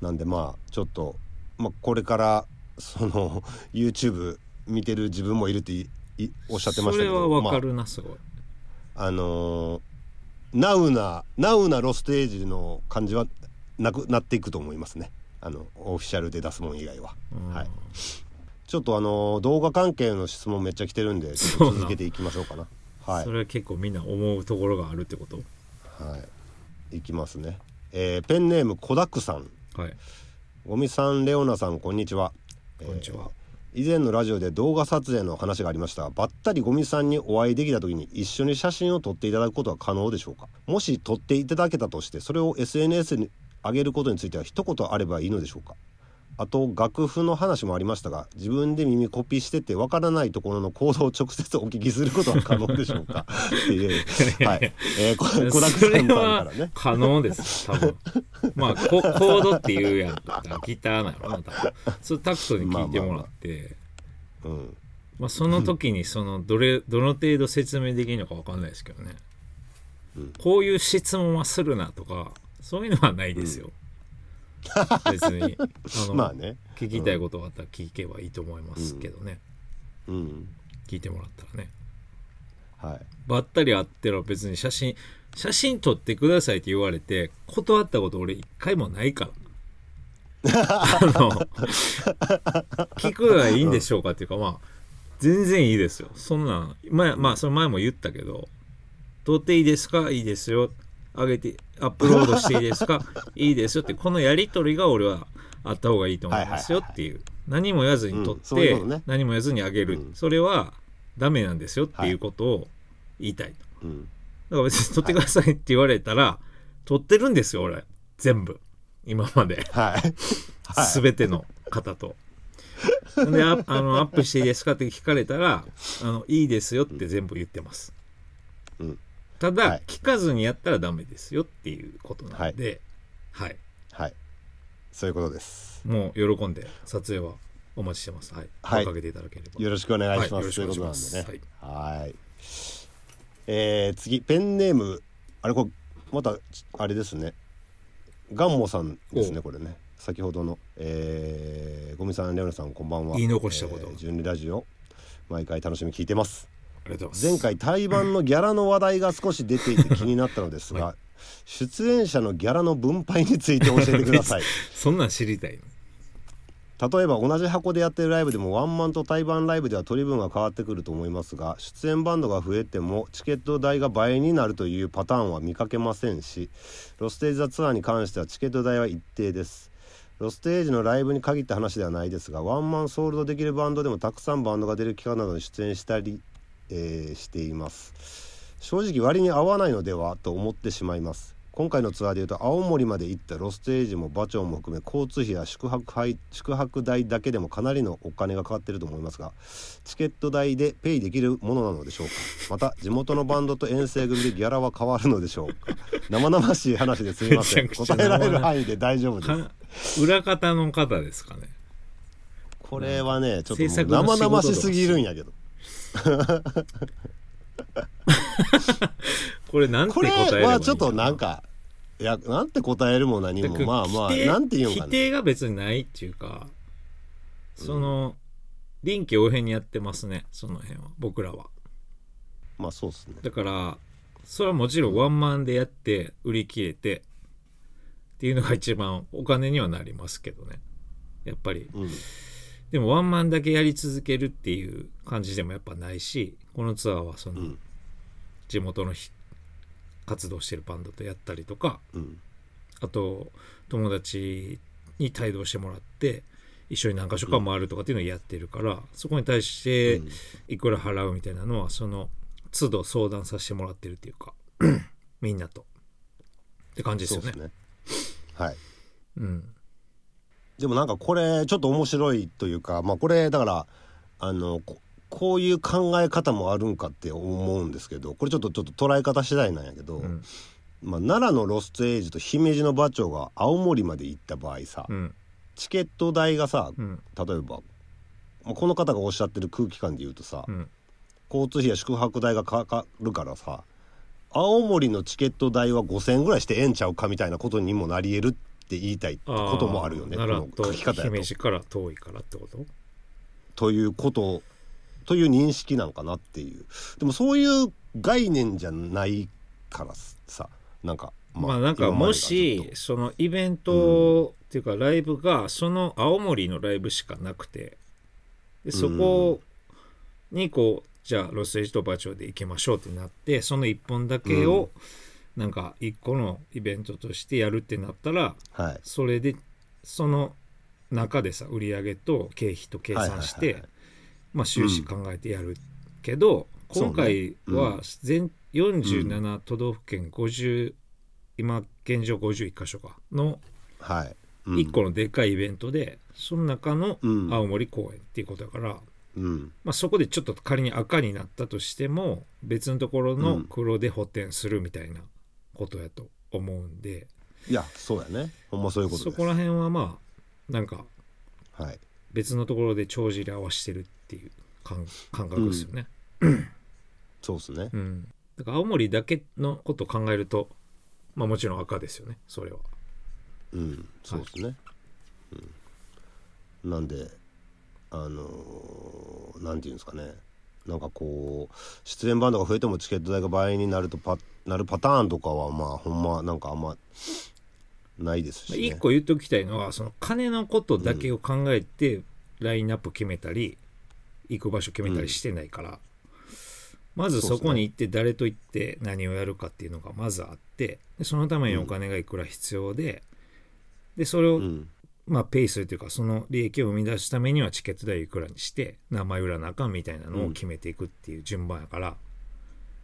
A: なんでまあちょっと、まあ、これからその YouTube 見てる自分もいるっていいおっしゃってましたけど
C: それはわかるな、すごい
A: まあ、あのーナウなナウなロステージの感じはなくなっていくと思いますねあのオフィシャルで出すもん以外は、
C: うん
A: はいちょっとあのー動画関係の質問めっちゃ来てるんでちょっと続けていきましょうかなはい
C: それは結構みんな思うところがあるってこと
A: はい、いきますね、えーペンネームコダックさん
C: はい
A: ゴミさんレオナさんこんにちは
C: こんにちは、
A: 以前のラジオで動画撮影の話がありましたがばったりゴミさんにお会いできた時に一緒に写真を撮っていただくことは可能でしょうかもし撮っていただけたとしてそれを SNS に上げることについては一言あればいいのでしょうかあと楽譜の話もありましたが自分で耳コピーしててわからないところのコードを直接お聞きすることは可能でしょう かっていう、はいえー、こ小田
C: そ
A: さ
C: れ
A: んから
C: は
A: ね
C: 可能です、多分。まあ、ココードっていうやん。ギターなのな、多分。それタクトに聞いてもらって、
A: うん、
C: まあ、その時にそのどれ、どの程度説明できるのかわかんないですけどね。こういう質問はするなとか、そういうのはないですよ。別に。あの
A: まあね
C: 聞きたいことがあったら聞けばいいと思いますけどね。
A: うん
C: 聞いてもらったらね。
A: はい
C: ばったり会ってら別に写真写真撮ってくださいって言われて断ったこと俺一回もないからあの聞くのはいいんでしょうかっていうかまあ全然いいですよそんなん前まあその前も言ったけど撮っていいですかいいですよ上げてアップロードしていいですかいいですよってこのやり取りが俺はあった方がいいと思いますよっていう何も言わずに撮っ
A: うんそうい
C: て、
A: うことね
C: 何も言わずに上げる、それはダメなんですよっていうことを言いたい
A: う
C: と。
A: ん
C: だから別に撮ってくださいって言われたら、撮ってるんですよ、俺。全部。今まで。
A: はい
C: すべての方と。であ あの、アップしていいですかって聞かれたら、あの、いいですよって全部言ってます。
A: うん
C: ただ、
A: はい
C: 聞かずにやったらダメですよっていうことなんで、はい。
A: はいそういうことです
C: もう喜んで撮影はお待ちしてます。はい。
A: はい
C: 声かけていただければ。
A: よろしくお願いしま
C: はい
A: す。
C: よろしく
A: と
C: お
A: いうこ
C: 願いし
A: と
C: ま
A: なん
C: す
A: でね。はい。えー、次ペンネームあれこれまたあれですね。ガンモさんですね
C: お
A: これね。先ほどの、えー、ゴミさんレオナさんこんばんは。
C: 言い残したこ
A: え
C: と
A: ー純、利ラジオ毎回楽しみに聞いてます。
C: ありがとうございま
A: 前
C: す。
A: 回対バンのギャラの話題が少し出ていて気になったのです が、出演者のギャラの分配について教えてください。
C: そんなん知りたいの。
A: 例えば同じ箱でやってるライブでもワンマンと対バンライブでは取り分が変わってくると思いますが出演バンドが増えてもチケット代が倍になるというパターンは見かけませんしロステージ・ザ・ツアーに関してはチケット代は一定ですロステージのライブに限った話ではないですがワンマンソールドできるバンドでもたくさんバンドが出る期間などに出演したり、えーしています正直割に合わないのではと思ってしまいます今回のツアーでいうと青森まで行ったロステージも馬長も含め交通費や宿泊費宿泊代だけでもかなりのお金がかかっていると思いますがチケット代でペイできるものなのでしょうかまた地元のバンドと遠征組でギャラは変わるのでしょうか生々しい話ですみません
C: めちゃくちゃ
A: 答えられる範囲で大丈夫です
C: か裏方の方ですかね。
A: これはねちょっと
C: 制
A: も
C: 作
A: う生
C: の仕事とか
A: 々しすぎるんやけど
C: これなんて
A: こ
C: 答
A: れ
C: えればいいの
A: はちょっとなんかいやなんて答えるも何もまあまあ
C: 否定
A: なんて言うんかね
C: 否定が別にないっていうかその、臨機応変にやってますねその辺は僕らは
A: まあそうっすね
C: だからそれはもちろんワンマンでやって売り切れてっていうのが一番お金にはなりますけどねやっぱり
A: うん
C: でもワンマンだけやり続けるっていう感じでもやっぱないしこのツアーはその、
A: ん
C: 地元のひ活動してるバンドとやったりとか
A: うん
C: あと友達に帯同してもらって一緒に何か所か回るとかっていうのをやってるから、そこに対して
A: うん
C: いくら払うみたいなのはその都度相談させてもらってるっていうか みんなとって感じです
A: そう
C: よ
A: で
C: ね
A: すねはい
C: うん
A: でもなんかこれちょっと面白いというかまあこれだからあのここういう考え方もあるんかって思うんですけどこれちょっとちょっと捉え方次第なんやけど、
C: ん
A: まあ、奈良のロストエイジと姫路の馬長が青森まで行った場合さ、
C: うん
A: チケット代がさ、
C: うん
A: 例えばまあこの方がおっしゃってる空気感で言うとさ、
C: うん
A: 交通費や宿泊代がかかるからさ青森のチケット代は5,000円ぐらいしてええんちゃうかみたいなことにもなり得るって言いたい
C: あー
A: こともあるよねこ
C: 奈良
A: の書
C: と
A: き方や
C: 姫
A: と。
C: 路から遠いからってこと
A: ということという認識なんかなっていうでもそういう概念じゃないからさなんか
C: まあ、なんか
A: 今まで
C: も
A: がずっ
C: しそのイベントっていうかライブがその青森のライブしかなくてでそこにこうじゃあロスエイジとバーチョで行きましょうってなってその1本だけをなんか1個のイベントとしてやるってなったら
A: とはい
C: それでその中でさ売り上げと経費と計算し
A: はいはい
C: て
A: はい
C: まあ収支考えてやるけど、
A: そうね
C: 今回は全47都道府県50、今現状51箇所かの
A: はいうん
C: 一個のでっかいイベントで、その中の
A: うん
C: 青森公演っていうことだから、
A: うん
C: まあ、そこでちょっと仮に赤になったとしても別のところの黒で補填するみたいなことやと思うんで、
A: いやそうやねほんまそういうことで
C: そ
A: す
C: こら辺はまあなんか
A: はい
C: 別のところで帳尻合わしてるっていう感感覚ですよね、
A: そうっすね
C: うんだから青森だけのことを考えるとまあもちろん赤ですよねそれは
A: うん、そうっすね、うん、なんであのーなんていうんですかねなんかこう出演バンドが増えてもチケット代が倍になるとパなるパターンとかはまあほんまなんかあんまないですし、ね、
C: 一個言っときたいのはその金のことだけを考えてラインナップ決めたり、行く場所決めたりしてないから、まずそこに行って誰と行って何をやるかっていうのがまずあってでそのためにお金がいくら必要で、でそれを、
A: うん
C: まあ、ペイするというかその利益を生み出すためにはチケット代をいくらにして名前売らなあかんみたいなのを決めていくっていう順番やから、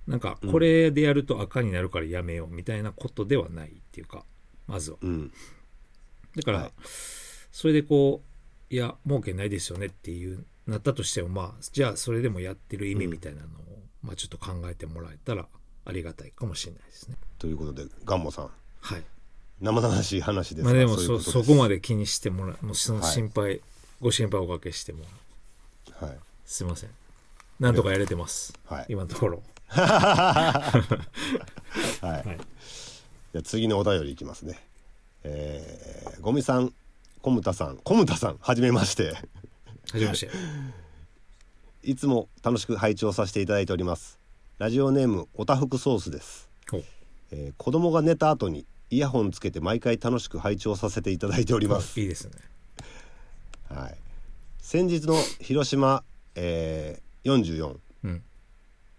C: なんかこれでやると赤になるからやめようみたいなことではないっていうかまずは。
A: うん
C: だから、
A: はい
C: それでこういや儲けないですよねっていうなったとしてもまあじゃあそれでもやってる意味みたいなのを、まあちょっと考えてもらえたらありがたいかもしれないですね。
A: ということでガンモさん
C: はい。
A: 生々しい話です
C: まあ
A: が
C: でも
A: ういう
C: そ
A: と
C: そ
A: です
C: こまで気にしてもらうもうその
A: はい
C: 心配、ご心配おかけしても
A: はい
C: すいません。なんとかやれてます。
A: はい
C: 今のところ。
A: はい。
C: はい
A: じゃあ次のお便りいきますね。えー、ゴミさん、コムタさん、コムタさん、はじめまして。
C: はじめまして。
A: いつも楽しく拝聴させていただいております。ラジオネーム、おたふくソースです。
C: お
A: えー子供が寝た後にイヤホンつけて毎回楽しく拝聴させていただいております。
C: いいですね。
A: はい。先日の広島、えー、44
C: うん。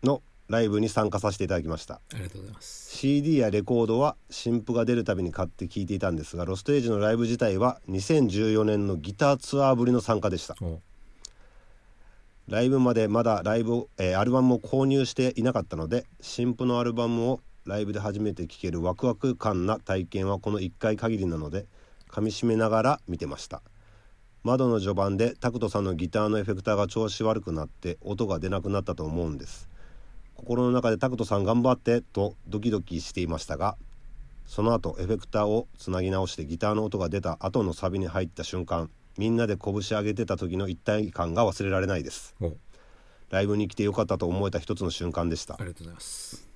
A: のライブに参加させていただきました。
C: ありがとうございます。
A: CD やレコードは新譜が出るたびに買って聴いていたんですがロストエイジのライブ自体は2014年のギターツアーぶりの参加でした
C: お
A: ライブまでまだライブを、えーアルバムを購入していなかったので新譜のアルバムをライブで初めて聴けるワクワク感な体験はこの1回限りなので噛み締めながら見てました窓の序盤でタクトさんのギターのエフェクターが調子悪くなって音が出なくなったと思うんです心の中でタクトさん頑張ってとドキドキしていましたがその後エフェクターをつなぎ直してギターの音が出た後のサビに入った瞬間みんなで拳上げてた時の一体感が忘れられないです
C: お
A: ライブに来てよかったと思えた一つの瞬間でした
C: ありがとうございます。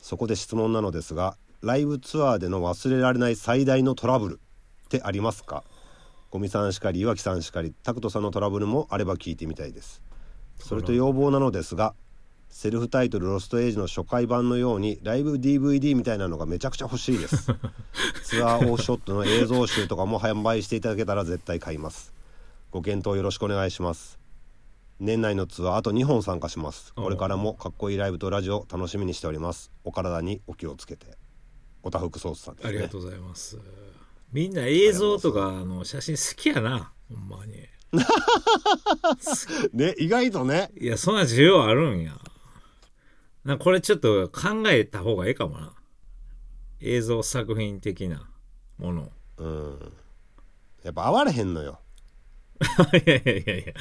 A: そこで質問なのですがライブツアーでの忘れられない最大のトラブルってありますかゴミさんしかり岩木さんしかりタクトさんのトラブルもあれば聞いてみたいですそれと要望なのですがセルフタイトル「ロストエイジ」の初回版のようにライブ DVD みたいなのがめちゃくちゃ欲しいですツアーオフショットの映像集とかも販売していただけたら絶対買いますご検討よろしくお願いします年内のツアーあと2本参加しますこれからもかっこいいライブとラジオ楽しみにしておりますお体にお気をつけておたふくソースさんです、
C: あ
A: ね、
C: りがとうございます。みんな映像とかあの写真好きやな、ほんまに。
A: ね意外とね
C: いや、そんな需要あるんや。なんかこれちょっと考えた方がいいかもな。映像作品的なもの。
A: うんやっぱ会われへんのよ
C: いやいやいやいや。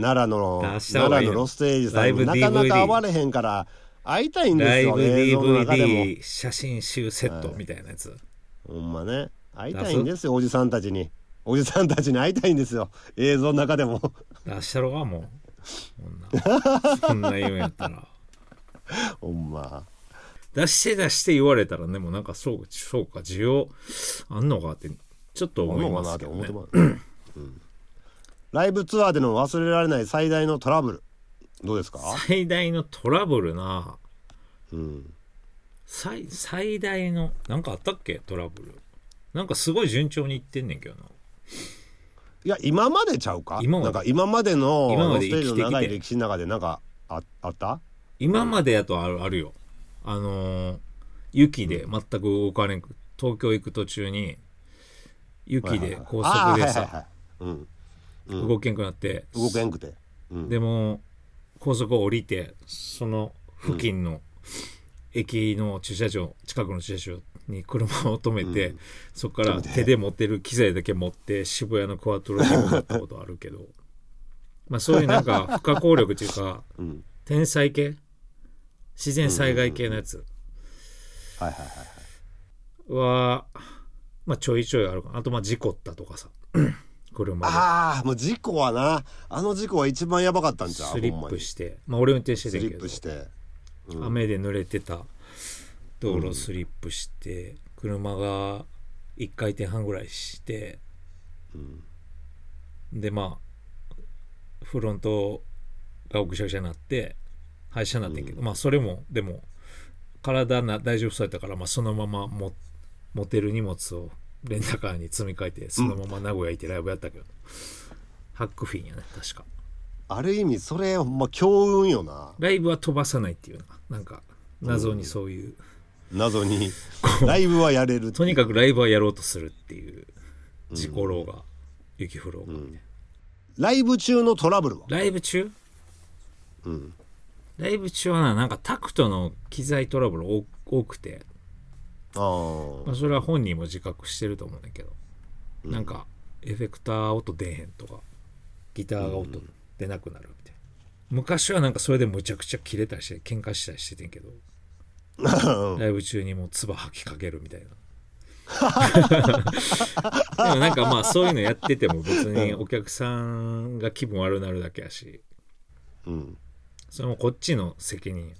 A: 奈良の
C: 出した方が
A: 奈
C: いい
A: 良
C: よ
A: のロステージさ
C: ライ
A: ん
C: ブ
A: になかな
C: DVD
A: か会われへんから会いたいん
C: ラ
A: です
C: イ
A: よ
C: ブ
A: 映像の中でも
C: DVD 写真集セットみたいなやつ。
A: ほんまね会いたいんですよおじさんたちにおじさんたちに会いたいんですよ映像の中でも
C: 出したろがもう。こんな。そんな夢やったら。
A: ほんま
C: 出して出して言われたらね、もうなんかそうそうか、需要あんのかって、ちょっと
A: 思
C: 思いう
A: か
C: ま
A: な
C: す
A: って
C: けど、
A: 思
C: ね
A: って。ます、うん、ライブツアーでの忘れられない最大のトラブルどうですか
C: 最大のトラブルな。
A: うん
C: 最最大のなんかあったっけトラブルなんかすごい順調にいってんねんけどない
A: や今までちゃうか
C: 今まで
A: なんか今までの
C: 今ま
A: ロ
C: で
A: ステージの長い
C: 生きてきて
A: 歴史の中でなんかああった
C: 今までやとあるあるよあのー雪で全く動かれんく東京行く途中に雪で高速で
A: あーはいはいは
C: さ
A: いうん、うん
C: 動けんくなって
A: 動けんくて、うん、
C: でも高速を降りてその付近の駅の駐車場近くの駐車場に車を止めて、
A: うん
C: そこから
A: めて
C: 手で持てる機材だけ持って渋谷のクワトロに戻ったことあるけどまあそういうなん か不可抗力というか
A: うん
C: 天才系自然災害系のやつ
A: はいはいはい
C: は、まあ、ちょいちょいあるかなあとまあ事故ったと かさ車で
A: ああもう事故はなあの事故は一番やばかったんちゃう
C: スリ
A: ほん
C: ッ
A: まに
C: プしてまあ俺運転して
A: ス
C: た
A: リ
C: け
A: ッ
C: ど
A: プして
C: 雨で濡れてた道路スリップして、車が1回転半ぐらいして、でまあフロントがぐしゃぐしゃになって廃車になってんけど、まあそれもでも体な大丈夫そうやったから、まあ、そのままも持てる荷物をレンタカーに積み替えてそのまま名古屋行ってライブやったけど、ハックフィンやね確か
A: ある意味それほんま強運よな
C: ライブは飛ばさないっていうななんか謎にそういう。
A: 謎 にライブはやれる
C: とにかくライブはやろうとするっていう自己浪が、雪降ろうが、
A: ライブ中のトラブルは
C: ライブ中、ライブ中はななんかタクトの機材トラブル多多くて、
A: あー
C: まあ、それは本人も自覚してると思うんだけど、なんかエフェクター音出えへんとかギターが音出なくなるみたいな、昔はなんかそれでむちゃくちゃ切れたりして喧嘩したりしててんけどライブ中にもう唾吐きかけるみたいなでもなんかまあそういうのやってても別にお客さんが気分悪なるだけやし
A: うん
C: それもこっちの責任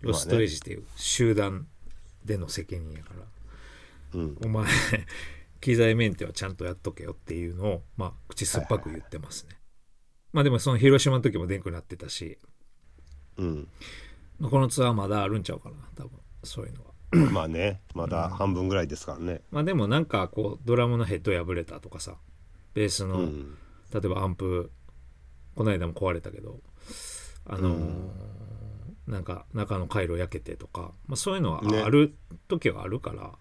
C: ロストエイジっていう集団での責任やから、
A: うん
C: お前 機材メンテはちゃんとやっとけよっていうのを、まあ、口酸っぱく言ってますね、まあでもその広島の時も電句になってたし
A: うん
C: まあこのツアーまだあるんちゃうかな多分そういうのは
A: まあねまだ半分ぐらいですからね
C: まあでもなんかこうドラムのヘッド破れたとかさベースの、
A: うん
C: 例えばアンプこの間も壊れたけどあのーなんか中の回路焼けてとか、まあ、そういうのは
A: ね
C: ある時はあるから、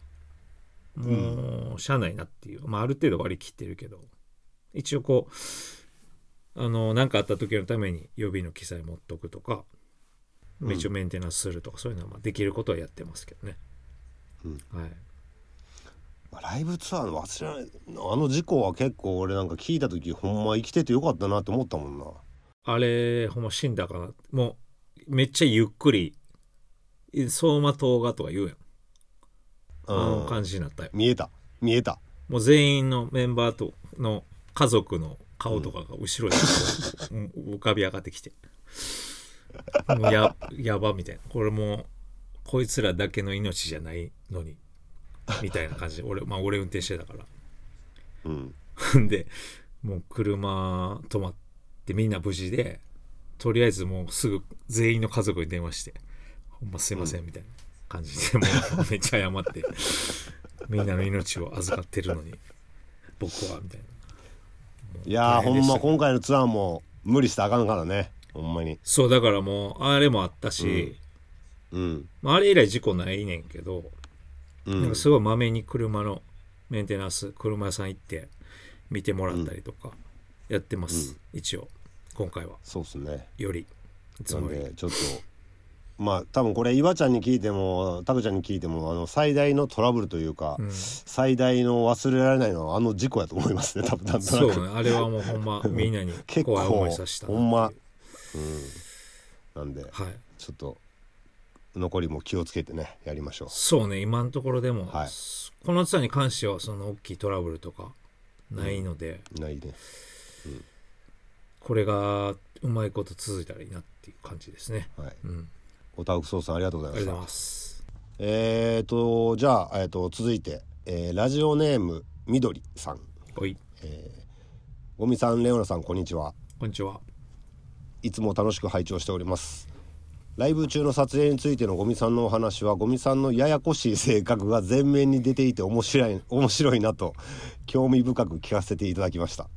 C: もうしゃあないなっていう、まあ、ある程度割り切ってるけど一応こうあの何かあった時のために予備の機材持っとくとか、まあ一応メンテナンスするとかそういうのはまあできることはやってますけどね、はい、
A: まあライブツアーの忘れないあの事故は結構俺なんか聞いた時ほんま生きててよかったなって思ったもんな
C: あれほんま死んだかなもうめっちゃゆっくり相馬灯がとか言うやんあの
A: うん
C: 感じになったよ。
A: 見えた見えた
C: もう全員のメンバーとの家族の顔とかが後ろにこううん浮かび上がってきて。もうややばみたいな。これもうこいつらだけの命じゃないのに。みたいな感じで、俺、まあ俺運転してたから。
A: うん
C: でもう車止まってみんな無事でとりあえずもうすぐ全員の家族に電話して「ほんますいません」みたいな感じで、もうめっちゃ謝ってみんなの命を預かってるのに僕はみたいない
A: やーほ
C: 大変で
A: ん
C: した
A: ま今回のツアーも無理したらあかんからねほんまに
C: そうだからもうあれもあったし、
A: うん
C: まあ、あれ以来事故ないねんけど、
A: う
C: なん
A: ん
C: かすごいまめに車のメンテナンス車屋さん行って見てもらったりとかやってます、一応今回は
A: そうっすね
C: よりいつ
A: なん
C: もより
A: でちょっとまあ多分これ岩ちゃんに聞いてもタクちゃんに聞いてもあの最大のトラブルというか、最大の忘れられないのはあの事故やと思いますね多分なんとな
C: そう
A: く
C: ね、あれはも うほんまみんなに
A: 結構
C: 怖い思いさせたな
A: ほ
C: っていうん
A: ま、うん、なんで
C: はい
A: ちょっと残りも気をつけてねやりましょう
C: そうね今のところでも、
A: はい
C: このツアーに関してはその大きいトラブルとかないので、
A: ないね
C: これがうまいこと続いたらいいなっていう感じですね
A: はい、
C: ん
A: おたふくそうさんありがとうご
C: あ
A: ざい
C: りが
A: ました
C: とうございます
A: えーとじゃあ、えー、と続いて、えーラジオネームみどりさん
C: おい
A: ゴミさんレオナさんこんにちは
C: こんにちはい
A: つも楽しく拝聴しておりますライブ中の撮影についてのゴミさんのお話はゴミさんのややこしい性格が前面に出ていて面白い 面白いなと興味深く聞かせていただきました、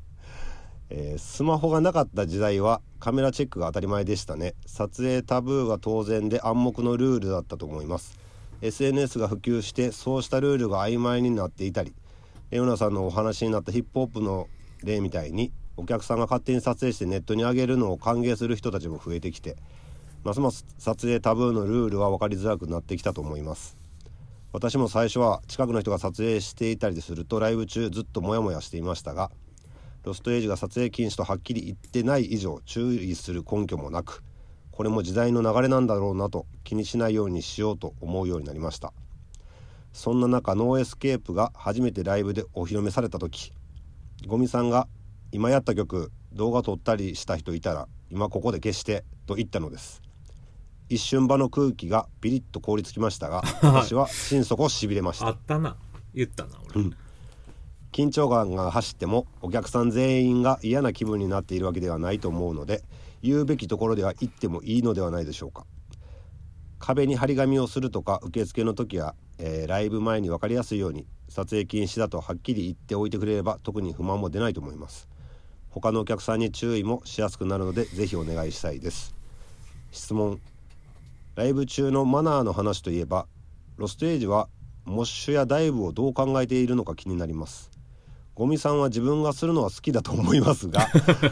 A: えースマホがなかった時代はカメラチェックが当たり前でしたね撮影タブーが当然で暗黙のルールだったと思います SNS が普及してそうしたルールが曖昧になっていたりレオナさんのお話になったヒップホップの例みたいにお客さんが勝手に撮影してネットに上げるのを歓迎する人たちも増えてきてますます撮影タブーのルールは分かりづらくなってきたと思います私も最初は近くの人が撮影していたりするとライブ中ずっとモヤモヤしていましたがロストエイジが撮影禁止とはっきり言ってない以上注意する根拠もなくこれも時代の流れなんだろうなと気にしないようにしようと思うようになりましたそんな中ノーエスケープが初めてライブでお披露目された時ゴミさんが「今やった曲動画撮ったりした人いたら今ここで消して」と言ったのです一瞬場の空気がビリッと凍りつきましたが私は心底しびれました
C: あったな言ったな俺、
A: 緊張感が走ってもお客さん全員が嫌な気分になっているわけではないと思うので言うべきところでは言ってもいいのではないでしょうか壁に張り紙をするとか受付の時や、えーライブ前に分かりやすいように撮影禁止だとはっきり言っておいてくれれば特に不満も出ないと思います他のお客さんに注意もしやすくなるのでぜひお願いしたいです質問ライブ中のマナーの話といえばロストエイジはモッシュやダイブをどう考えているのか気になりますゴミさんは自分がするのは好きだと思いますが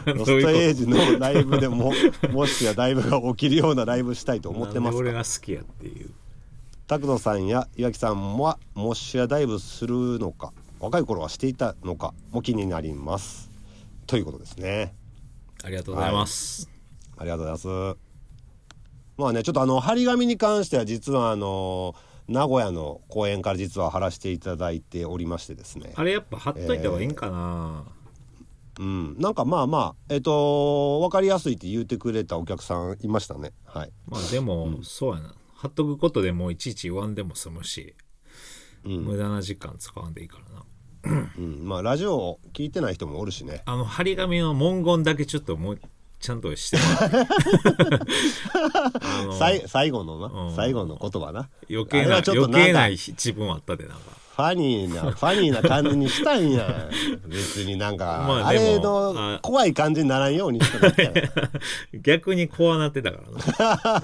A: ロストエイジのライブでもモッシュやダイブが起きるようなライブしたいと思って
C: な
A: ま
C: んです俺
A: か
C: が好きやっていう
A: 拓野さんや岩木さんはモッシュやダイブするのか若い頃はしていたのかも気になりますということですね
C: ありがとうございます、
A: ありがとうございます。まあね、ちょっとあの、張り紙に関しては実はあの、名古屋の公演から実は貼らせていただいておりましてですね。
C: あれやっぱ貼っといた方がいいんかな、
A: うん。なんかまあまあ、えっと、わかりやすいって言うてくれたお客さんいましたね。はい。
C: まあでも、そうやな貼っとくことでもういちいち言わんでも済むし、無駄な時間使わんでいいからな
A: うん。まあ、ラジオを聞いてない人もおるしね。
C: あの張り紙の文言だけちょっともうちゃんとしても らってあの
A: さい最後のな、
C: うん
A: 最後の言葉な。
C: 余計
A: あれ
C: な
A: はちょっと
C: 余計
A: んか
C: な自分あったでなんか
A: ファニ ーな、ファニーな感じにしたんや。 別になんか、
C: ま
A: あ、
C: あでも
A: れ
C: あ
A: の怖い感じにならんようにしてもらったよね
C: 逆に怖なってたから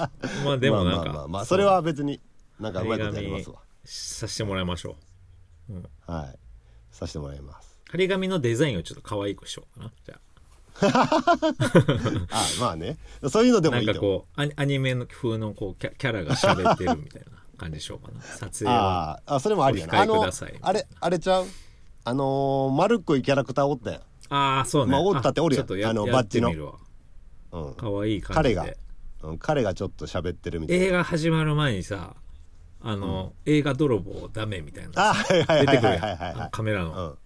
C: な まあでもなん
A: まあまあ
C: か、
A: まあ、まあ、それは別になんかうまいことやりますわ
C: させてもらいましょう
A: はいさせてもらいます
C: 張り紙のデザインをちょっと可愛くしようかなじゃ
A: あまあねそういうので
C: あ
A: も
C: ないん
A: い
C: か
A: と思う
C: こうアニアニメの風のこうキャキャラが喋ってるみたいな感じにしようかな撮影は
A: あーあそれもありやなあ
C: お控えく
A: の
C: ださい
A: あれあれちゃうあのー、丸っこいキャラクターおったやん
C: ああそうね、
A: まあおったっておるやん
C: あちょっとや
A: あの
C: や
A: バ
C: っ
A: ッ
C: て
A: ジの
C: みるわ
A: うん
C: 可愛い感
A: 彼
C: じで
A: が、うん、彼がちょっと喋ってるみたいな
C: 映画始まる前にさあの、映画泥棒ダメみたいな
A: あ
C: さ
A: はいはい
C: 出
A: はい
C: てく
A: は
C: る
A: い
C: やん
A: はいは
C: あの
A: い
C: カメラの、
A: う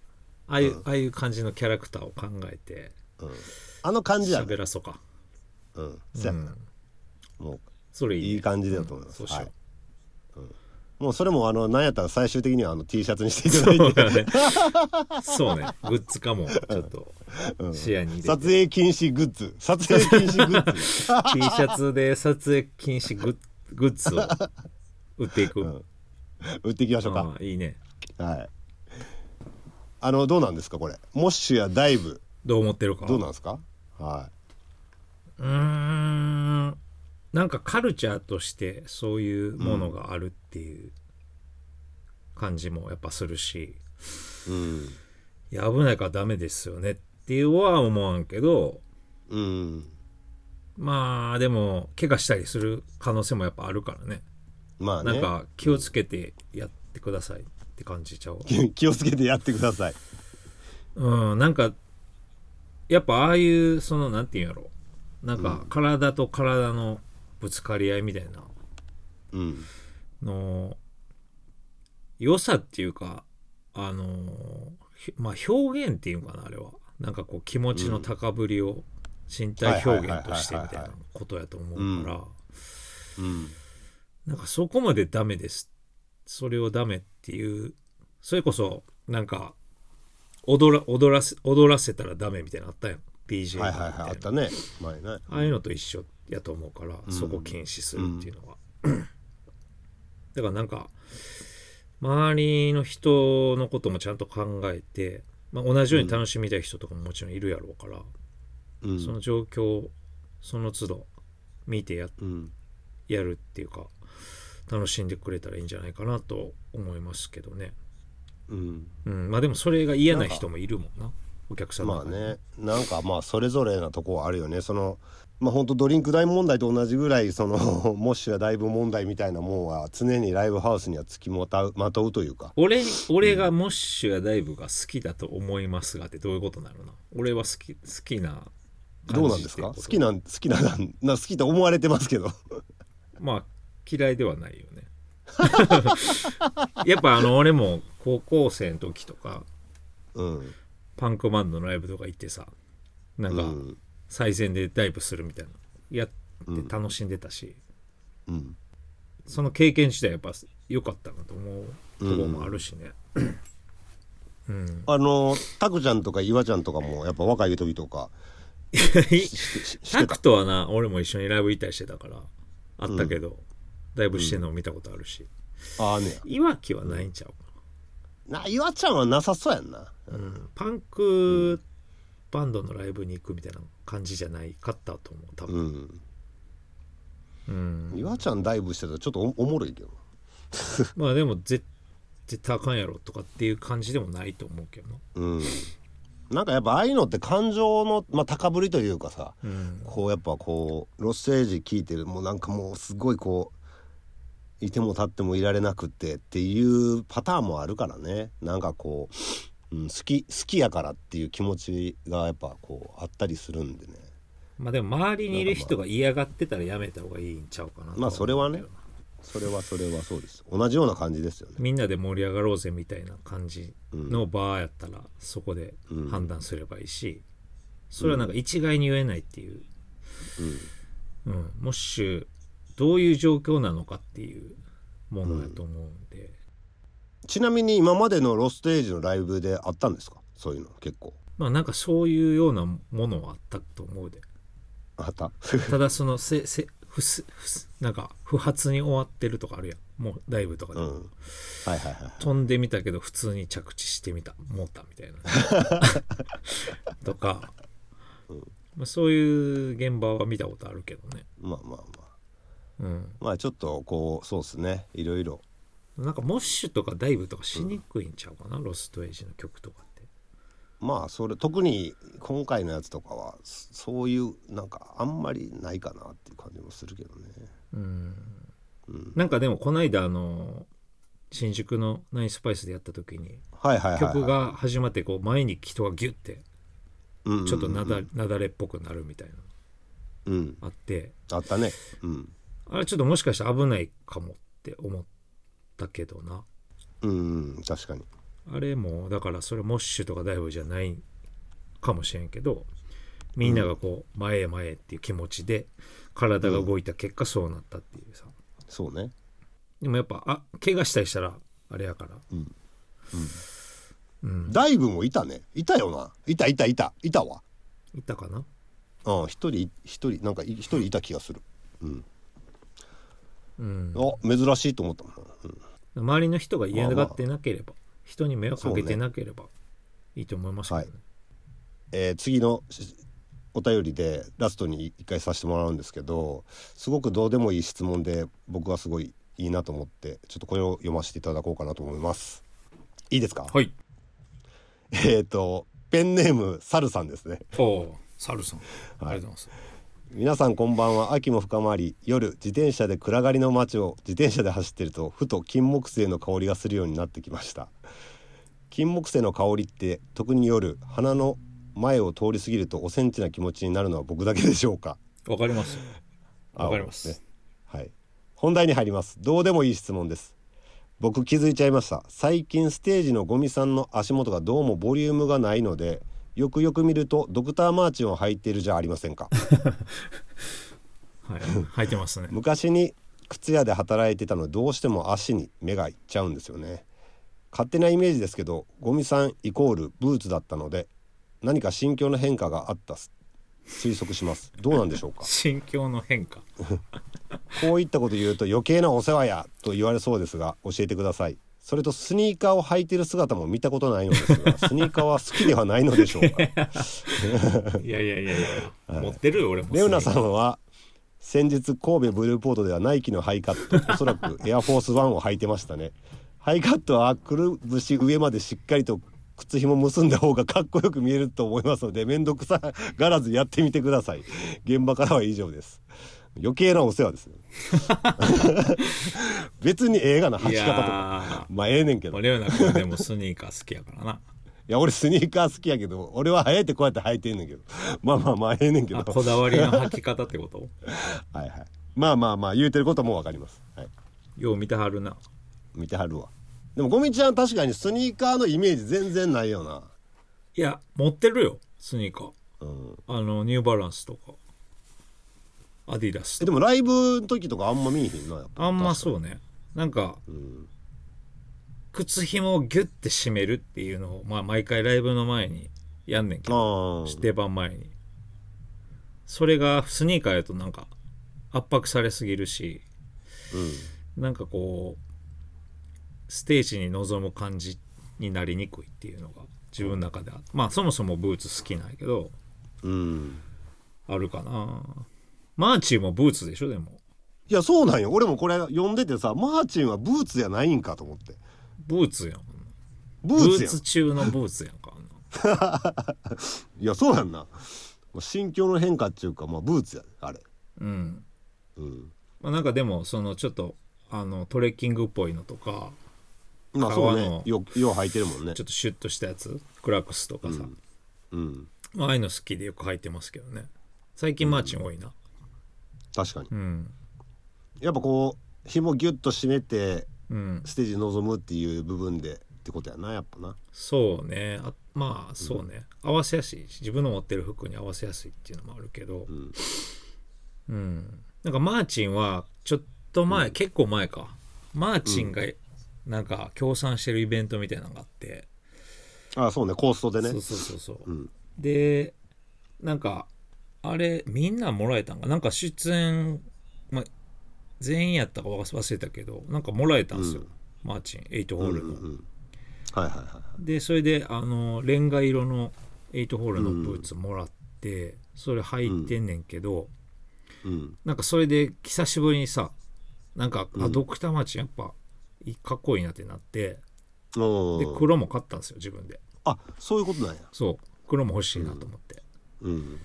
C: あ
A: ん
C: あいう、ああいう感じのキャラクターを考えて
A: あの感じやね
C: 喋らそうか
A: うんそやなもう
C: それいい,、
A: いい感じだと思いま
C: そ
A: す
C: うしよう
A: はいもうそれもあのなんやったら最終的にはあの T シャツにしていただいて
C: そうだね。そうね。グッズかも、ちょっと、視野に入れ
A: 撮
C: て。
A: 影禁止グッズ撮影禁止グッズ
C: T シャツで撮影禁止グッグッズを売っていく。
A: 売っていきましょうか、
C: ああいいね。
A: はい。あのどうなんですかこれ。モッシュやダイブ
C: どう思ってるか。
A: どうなんですか。は
C: うーん。なんかカルチャーとしてそういうものがあるっていう感じもやっぱするし、
A: い。うん。
C: いや危ないからダメですよねっていうは思わんけど、
A: うん。
C: まあでも怪我したりする可能性もやっぱあるからね。
A: まあ
C: なん
A: ね。
C: か気をつけてやってくださいって感じちゃう。
A: 気をつけてやってください。
C: うん、なんか、やっぱああいう、その、なんていうんやろ。なんか、体と体のぶつかり合いみたいな
A: うん。
C: の、良さっていうか、あの、ひまあ表現っていうのかな、あれは。なんかこう、気持ちの高ぶりを身体表現としてみたいなことやと思うから、
A: うん。
C: なんかそこまでダメです。それをダメっていう、それこそ、なんか、踊ら、踊らせ、踊らせたらダメみたいなのあったやん。DJ
A: はい
C: がみ
A: はいはい。あったた
C: いな。
A: ね。前ね。
C: ああいうのと一緒やと思うから、そこ禁止するっていうのは。 だからなんか、周りの人のこともちゃんと考えて、まあ、同じように楽しみたい人とかももちろんいるやろうから、
A: うん
C: その状況をその都度見てやっ
A: うん。
C: やるっていうか楽しんでくれたらいいんじゃないかなと思いますけどね、
A: うん。
C: うん、まあでもそれが嫌な人もいるもんなお客様
A: まあねなんかまあそれぞれなとこはあるよねそのまあ本当ドリンク代問題と同じぐらいその モッシュやダイブ問題みたいなもんは常にライブハウスにはつきまとうまとうというか
C: 俺俺がモッシュやダイブが好きだと思いますがってどういうことなのな俺は好き好きな感じ
A: どうなんですか好
C: ってこと
A: きなん好きな な好きと思われてますけ ど
C: まあ嫌いではないよね やっぱあの俺も高校生の時とか
A: うん
C: パンクバンドのライブとか行ってさなん
A: う
C: か
A: ん
C: 最前でダイブするみたいなやって楽しんでたし、
A: うん
C: その経験自体やっぱ良かったなと思うところもあるしね、
A: あのタクちゃんとか岩ちゃんとかもやっぱ若い時とか しして
C: タ
A: た
C: クとはな俺も一緒にライブ行ったりしてたからあったけど、だいぶしてんのを見たことあるし、
A: ああね
C: いわきはないんちゃうか
A: な岩ちゃんはなさそうやんな
C: な、うんパンクバンドのライブに行くみたいな感じじゃないかったと思う多分、
A: うん、岩ちゃんダイブしてたらちょっとおおもろいけど
C: まあでも絶絶対あかんやろとかっていう感じでもないと思うけどな
A: うんなんかやっぱああいうのって感情の、まあ、高ぶりというかさ、
C: ん
A: こうやっぱこうロスエージ聞いてるもうなんかもうすごいこういても立ってもいられなくてっていうパターンもあるからねなんかこう、うん、好き好きやからっていう気持ちがやっぱこうあったりするんでね
C: まあでも周りにいる人が嫌がってたらやめた方がいいんちゃうかなとは
A: まあそれはねそれはそれはそうです同じような感じですよね
C: みんなで盛り上がろうぜみたいな感じのバーやったらそこで判断すればいいし、それはなんか一概に言えないっていう、うんもしどういう状況なのかっていうものやと思うんで、
A: ちなみに今までのロステージのライブであったんですかそういうの結構
C: まあなんかそういうようなものはあったと思うで
A: あった
C: ただそのせせふすふすなんか不発に終わってるとかあるやんもうライブとかで、
A: うんはいはいはい
C: 飛んでみたけど普通に着地してみたモーターみたいなとか、まあ、そういう現場は見たことあるけどね、
A: まあまあまあ
C: うん、
A: まあちょっとこうそうですねいろいろ
C: なんかモッシュとかダイブとかしにくいんちゃうかな、ロストエイジの曲とかって
A: まあそれ特に今回のやつとかはそそういうなんかあんまりないかなっていう感じもするけどね
C: なんかでもこの間あの新宿のナインスパイスでやった時に
A: はいはいはい、はい、
C: 曲が始まってこう前に人がギュッて
A: うんうん
C: ちょっとなだなだれっぽくなるみたいなの
A: うん
C: あって
A: あったねうん
C: あれちょっともしかしたら危ないかもって思ったけどな
A: うんうん確かに
C: あれもだからそれモッシュとかダイブじゃないかもしれんけどみんながこう前へ前へっていう気持ちで体が動いた結果そうなったっていうさ、
A: そうね
C: でもやっぱあ怪我したりしたらあれやから、
A: ダイブもいたねいたよないたいたいたいたわ
C: いたかな
A: うん一人一人なんかい一人いた気がするうん、あ珍しいと思ったもん、うん
C: 周りの人が嫌がってなければ、人に迷惑か
A: そ
C: け
A: うね
C: てなければいいと思いますけどね
A: はいえー次のしお便りでラストに一回させてもらうんですけどすごくどうでもいい質問で僕はすごいいいなと思ってちょっとこれを読ませていただこうかなと思いますいいですか、
C: はい
A: えっ、とペンネームサルさんですね
C: おおサルさん、ありがとうございます
A: 皆さんこんばんは秋も深まり夜自転車で暗がりの街を自転車で走ってるとふと金木犀の香りがするようになってきました金木犀の香りって特に夜鼻の前を通り過ぎるとおセンチな気持ちになるのは僕だけでしょうか
C: わかります
A: あ
C: わかります、
A: ねはい本題に入りますどうでもいい質問です僕気づいちゃいました最近ステージのゴミさんの足元がどうもボリュームがないのでよくよく見るとドクターマーチンを履いているじゃありませんか
C: はい履いてますね
A: 昔に靴屋で働いてたのでどうしても足に目がいっちゃうんですよね勝手なイメージですけどゴミさんイコールブーツだったので何か心境の変化があったす推測しますどうなんでしょうか
C: 心境の変化
A: こういったこと言うと余計なお世話やと言われそうですが教えてくださいそれとスニーカーを履いてる姿も見たことないのですがスニーカーは好きではないのでしょうか
C: いやいやいやいや、持ってるよ俺も
A: レオナさんは先日神戸ブルーポートではナイキのハイカ ットおそらくエアフォースワンを履いてましたねハイカットはくるぶし上までしっかりと靴紐結んだ方がかっこよく見えると思いますので面倒くさがらずやってみてください現場からは以上です余計なお世話 ですよ別に映画の履
C: い
A: き
C: や
A: 方とか
C: ー
A: まあええねんけど
C: まあ
A: い
C: レオナ君はでもスニーカー好きやからな
A: や俺スニーカー好きやけど俺は生えてこうやって履いてんねんけどまあまあまあええねんけど
C: あこだわりの履き方ってこと
A: はいはいまあまあまあ言うてることもわかりますはい
C: よう見てはるな
A: 見てはるわでもゴミちゃん確かにスニーカーのイメージ全然ないよない
C: や持ってるよスニーカー
A: うん
C: あのニューバランスとかアディダス
A: え
C: と
A: で
C: か
A: もライブの時とかあんま見えへんなやっぱ
C: あんまそうねなんか
A: うん
C: 靴紐をギュッて締めるっていうのを、まあ、毎回ライブの前にやんねんけど
A: ああ
C: 出番前にそれがスニーカーやとなんか圧迫されすぎるしなんかこうステージに臨む感じになりにくいっていうのが自分の中であまあそもそもブーツ好きなんやけど
A: うん、うん、
C: あるかなマーチーもブーツでしょでも
A: いやそうなんよ俺もこれ読んでてさマーチンはブーツじゃないんかと思って
C: ブーツやん
A: ブ
C: ブ
A: ーツ
C: ー
A: やん
C: ツ中のブーツやんかあんない
A: やそうやんなまあ心境の変化っていうかまあブーツやであれ
C: うん
A: うん
C: まあ、なんかでもそのちょっとあのトレッキングっぽいのとか
A: まあそう
C: 革
A: ね
C: の
A: よよう履いてるもんね
C: ちょっとシュッとしたやつクラックスとかさ、
A: うん
C: まあああいうの好きでよく履いてますけどね最近マーチン多いな
A: 確かに
C: うん
A: やっぱこう紐ギュッと締めて
C: うん
A: ステージに臨むっていう部分でってことやなやっぱな
C: そうねあまあそうね、合わせやすいし自分の持ってる服に合わせやすいっていうのもあるけど
A: ん
C: うん、なんかマーチンはちょっと前、結構前かマーチンがなんか協賛してるイベントみたいなのがあって、
A: あそうねコーストでね
C: そうそうそうそう、
A: うん
C: でなんかあれみんなもらえたんかなんか出演、ま、全員やったか忘れたけどなんかもらえたんですよ、マーチン8ホールの、
A: はいはいは
C: でそれであのレンガ色の8ホールのブーツもらって、それ履いてんねんけど、
A: いうん
C: なんかそれで久しぶりにさなんか、あドクターマーチンやっぱいいかっこいいなってなって
A: お
C: で
A: ー
C: 黒も買ったんですよ自分で
A: あそういうことなんや
C: そう黒も欲しいなと思って、
A: うん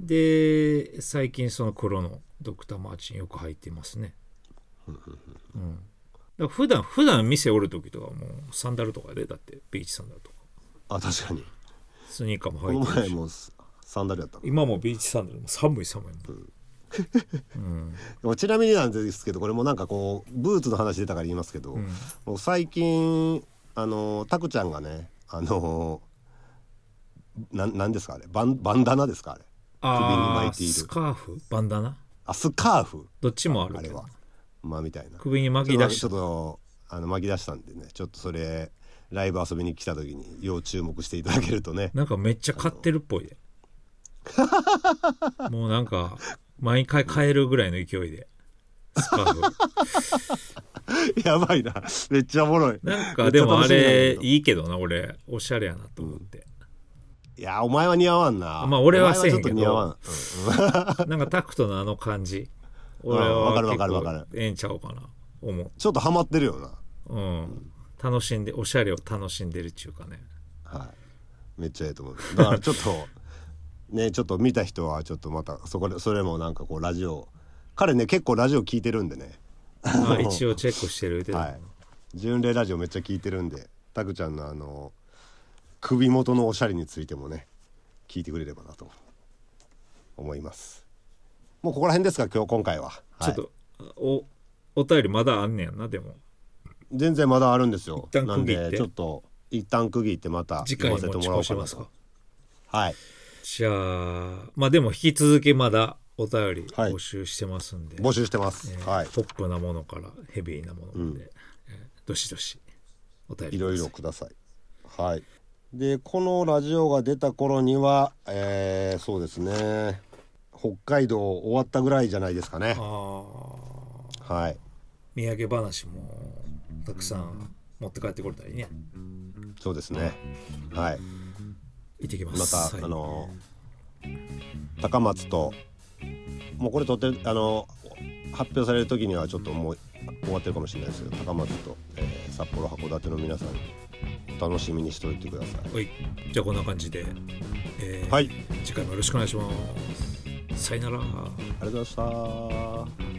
C: で最近その黒のドクターマーチンよく履いてますねうんだから普段普段店おる時とかもうサンダルとかでだってビーチサンダルとか
A: あ確かに
C: スニーカーも
A: この
C: 履いてる
A: 前
C: し
A: もササンダルやったの
C: 今もビーチサンダルも寒い寒いもん
A: でもちなみになんですけどこれもなんかこうブーツの話出たから言いますけど、もう最近あのタクちゃんがねあのなんなんですかあれバンバンダナですかあれ
C: ああ
A: 首に巻いている
C: スカーフバンダナ
A: あスカーフ
C: どっちもある
A: あ
C: け
A: れ
C: ど
A: はまあみたいな
C: 首に巻き出し
A: ちょっとあの巻き出したんでねちょっとそれライブ遊びに来た時に要注目していただけると ね
C: なんかめっちゃ買ってるっぽ いでもうなんか毎回買えるぐらいの勢いでスカーフ
A: やばいなめっちゃおもろい
C: なん
A: めっ
C: か
A: ち
C: で
A: ゃ
C: も
A: 楽
C: あ
A: しみなんだ
C: れ
A: けど
C: いいけどな俺おしゃれやなと思って、
A: いやお前は似合わんな
C: まあ俺
A: お
C: は
A: 前
C: せえへんけ
A: ちょっ
C: ど
A: と似合わん、うん
C: なんかタクトのあの感じ
A: う
C: 俺
A: ん
C: は
A: わかるわ
C: 結
A: かるわかる
C: 構ええんちゃうかな思う
A: ちょっとハマってるよな
C: うん楽しんでおしゃれを楽しんでるっちゅう かね
A: はいめっちゃええと思うだからちょっとねちょっと見た人はちょっとまたそこでそれもなんかこうラジオ彼ね結構ラジオ聞いてるんでね
C: まあ一応チェックしてる言うてた
A: はい純礼ラジオめっちゃ聞いてるんでタクちゃんのあの首元のおしゃれについてもね聞いてくれればなと思いますもうここら辺ですか今日今回は、はい
C: ちょっとおお便りまだあんねやなでも
A: 全然まだあるんですよ
C: 一旦
A: な
C: 区
A: ん
C: 切って
A: でちょっと一旦区切ってまた
C: 次回
A: 読
C: 持
A: ま
C: ち
A: せてもらお
C: 越
A: う
C: し
A: かな
C: ま
A: と
C: すか
A: はい
C: じゃあまあでも引き続きまだお便り
A: はい
C: 募集してますんで、
A: 募集してます、はい
C: ポップなものからヘビーなものまで、えーどしどしお便り
A: い
C: くだ
A: ろ
C: さ
A: いろください。はい。で、このラジオが出た頃には、えー、そうですね。北海道終わったぐらいじゃないですかね。
C: あ
A: はい。
C: ー土産話もたくさん持って帰ってこれたりね
A: そうですね。はい。
C: 行ってきま
A: ますた、
C: はい
A: あの高松と。もうこれ撮ってる、あの発表される時にはちょっともう終わってるかもしれないですけど高松と、えー札幌函館の皆さんに楽しみにしておいてください
C: はいじゃあこんな感じで、えー
A: はい
C: 次回もよろしくお願いしますさよなら
A: ありがとうございました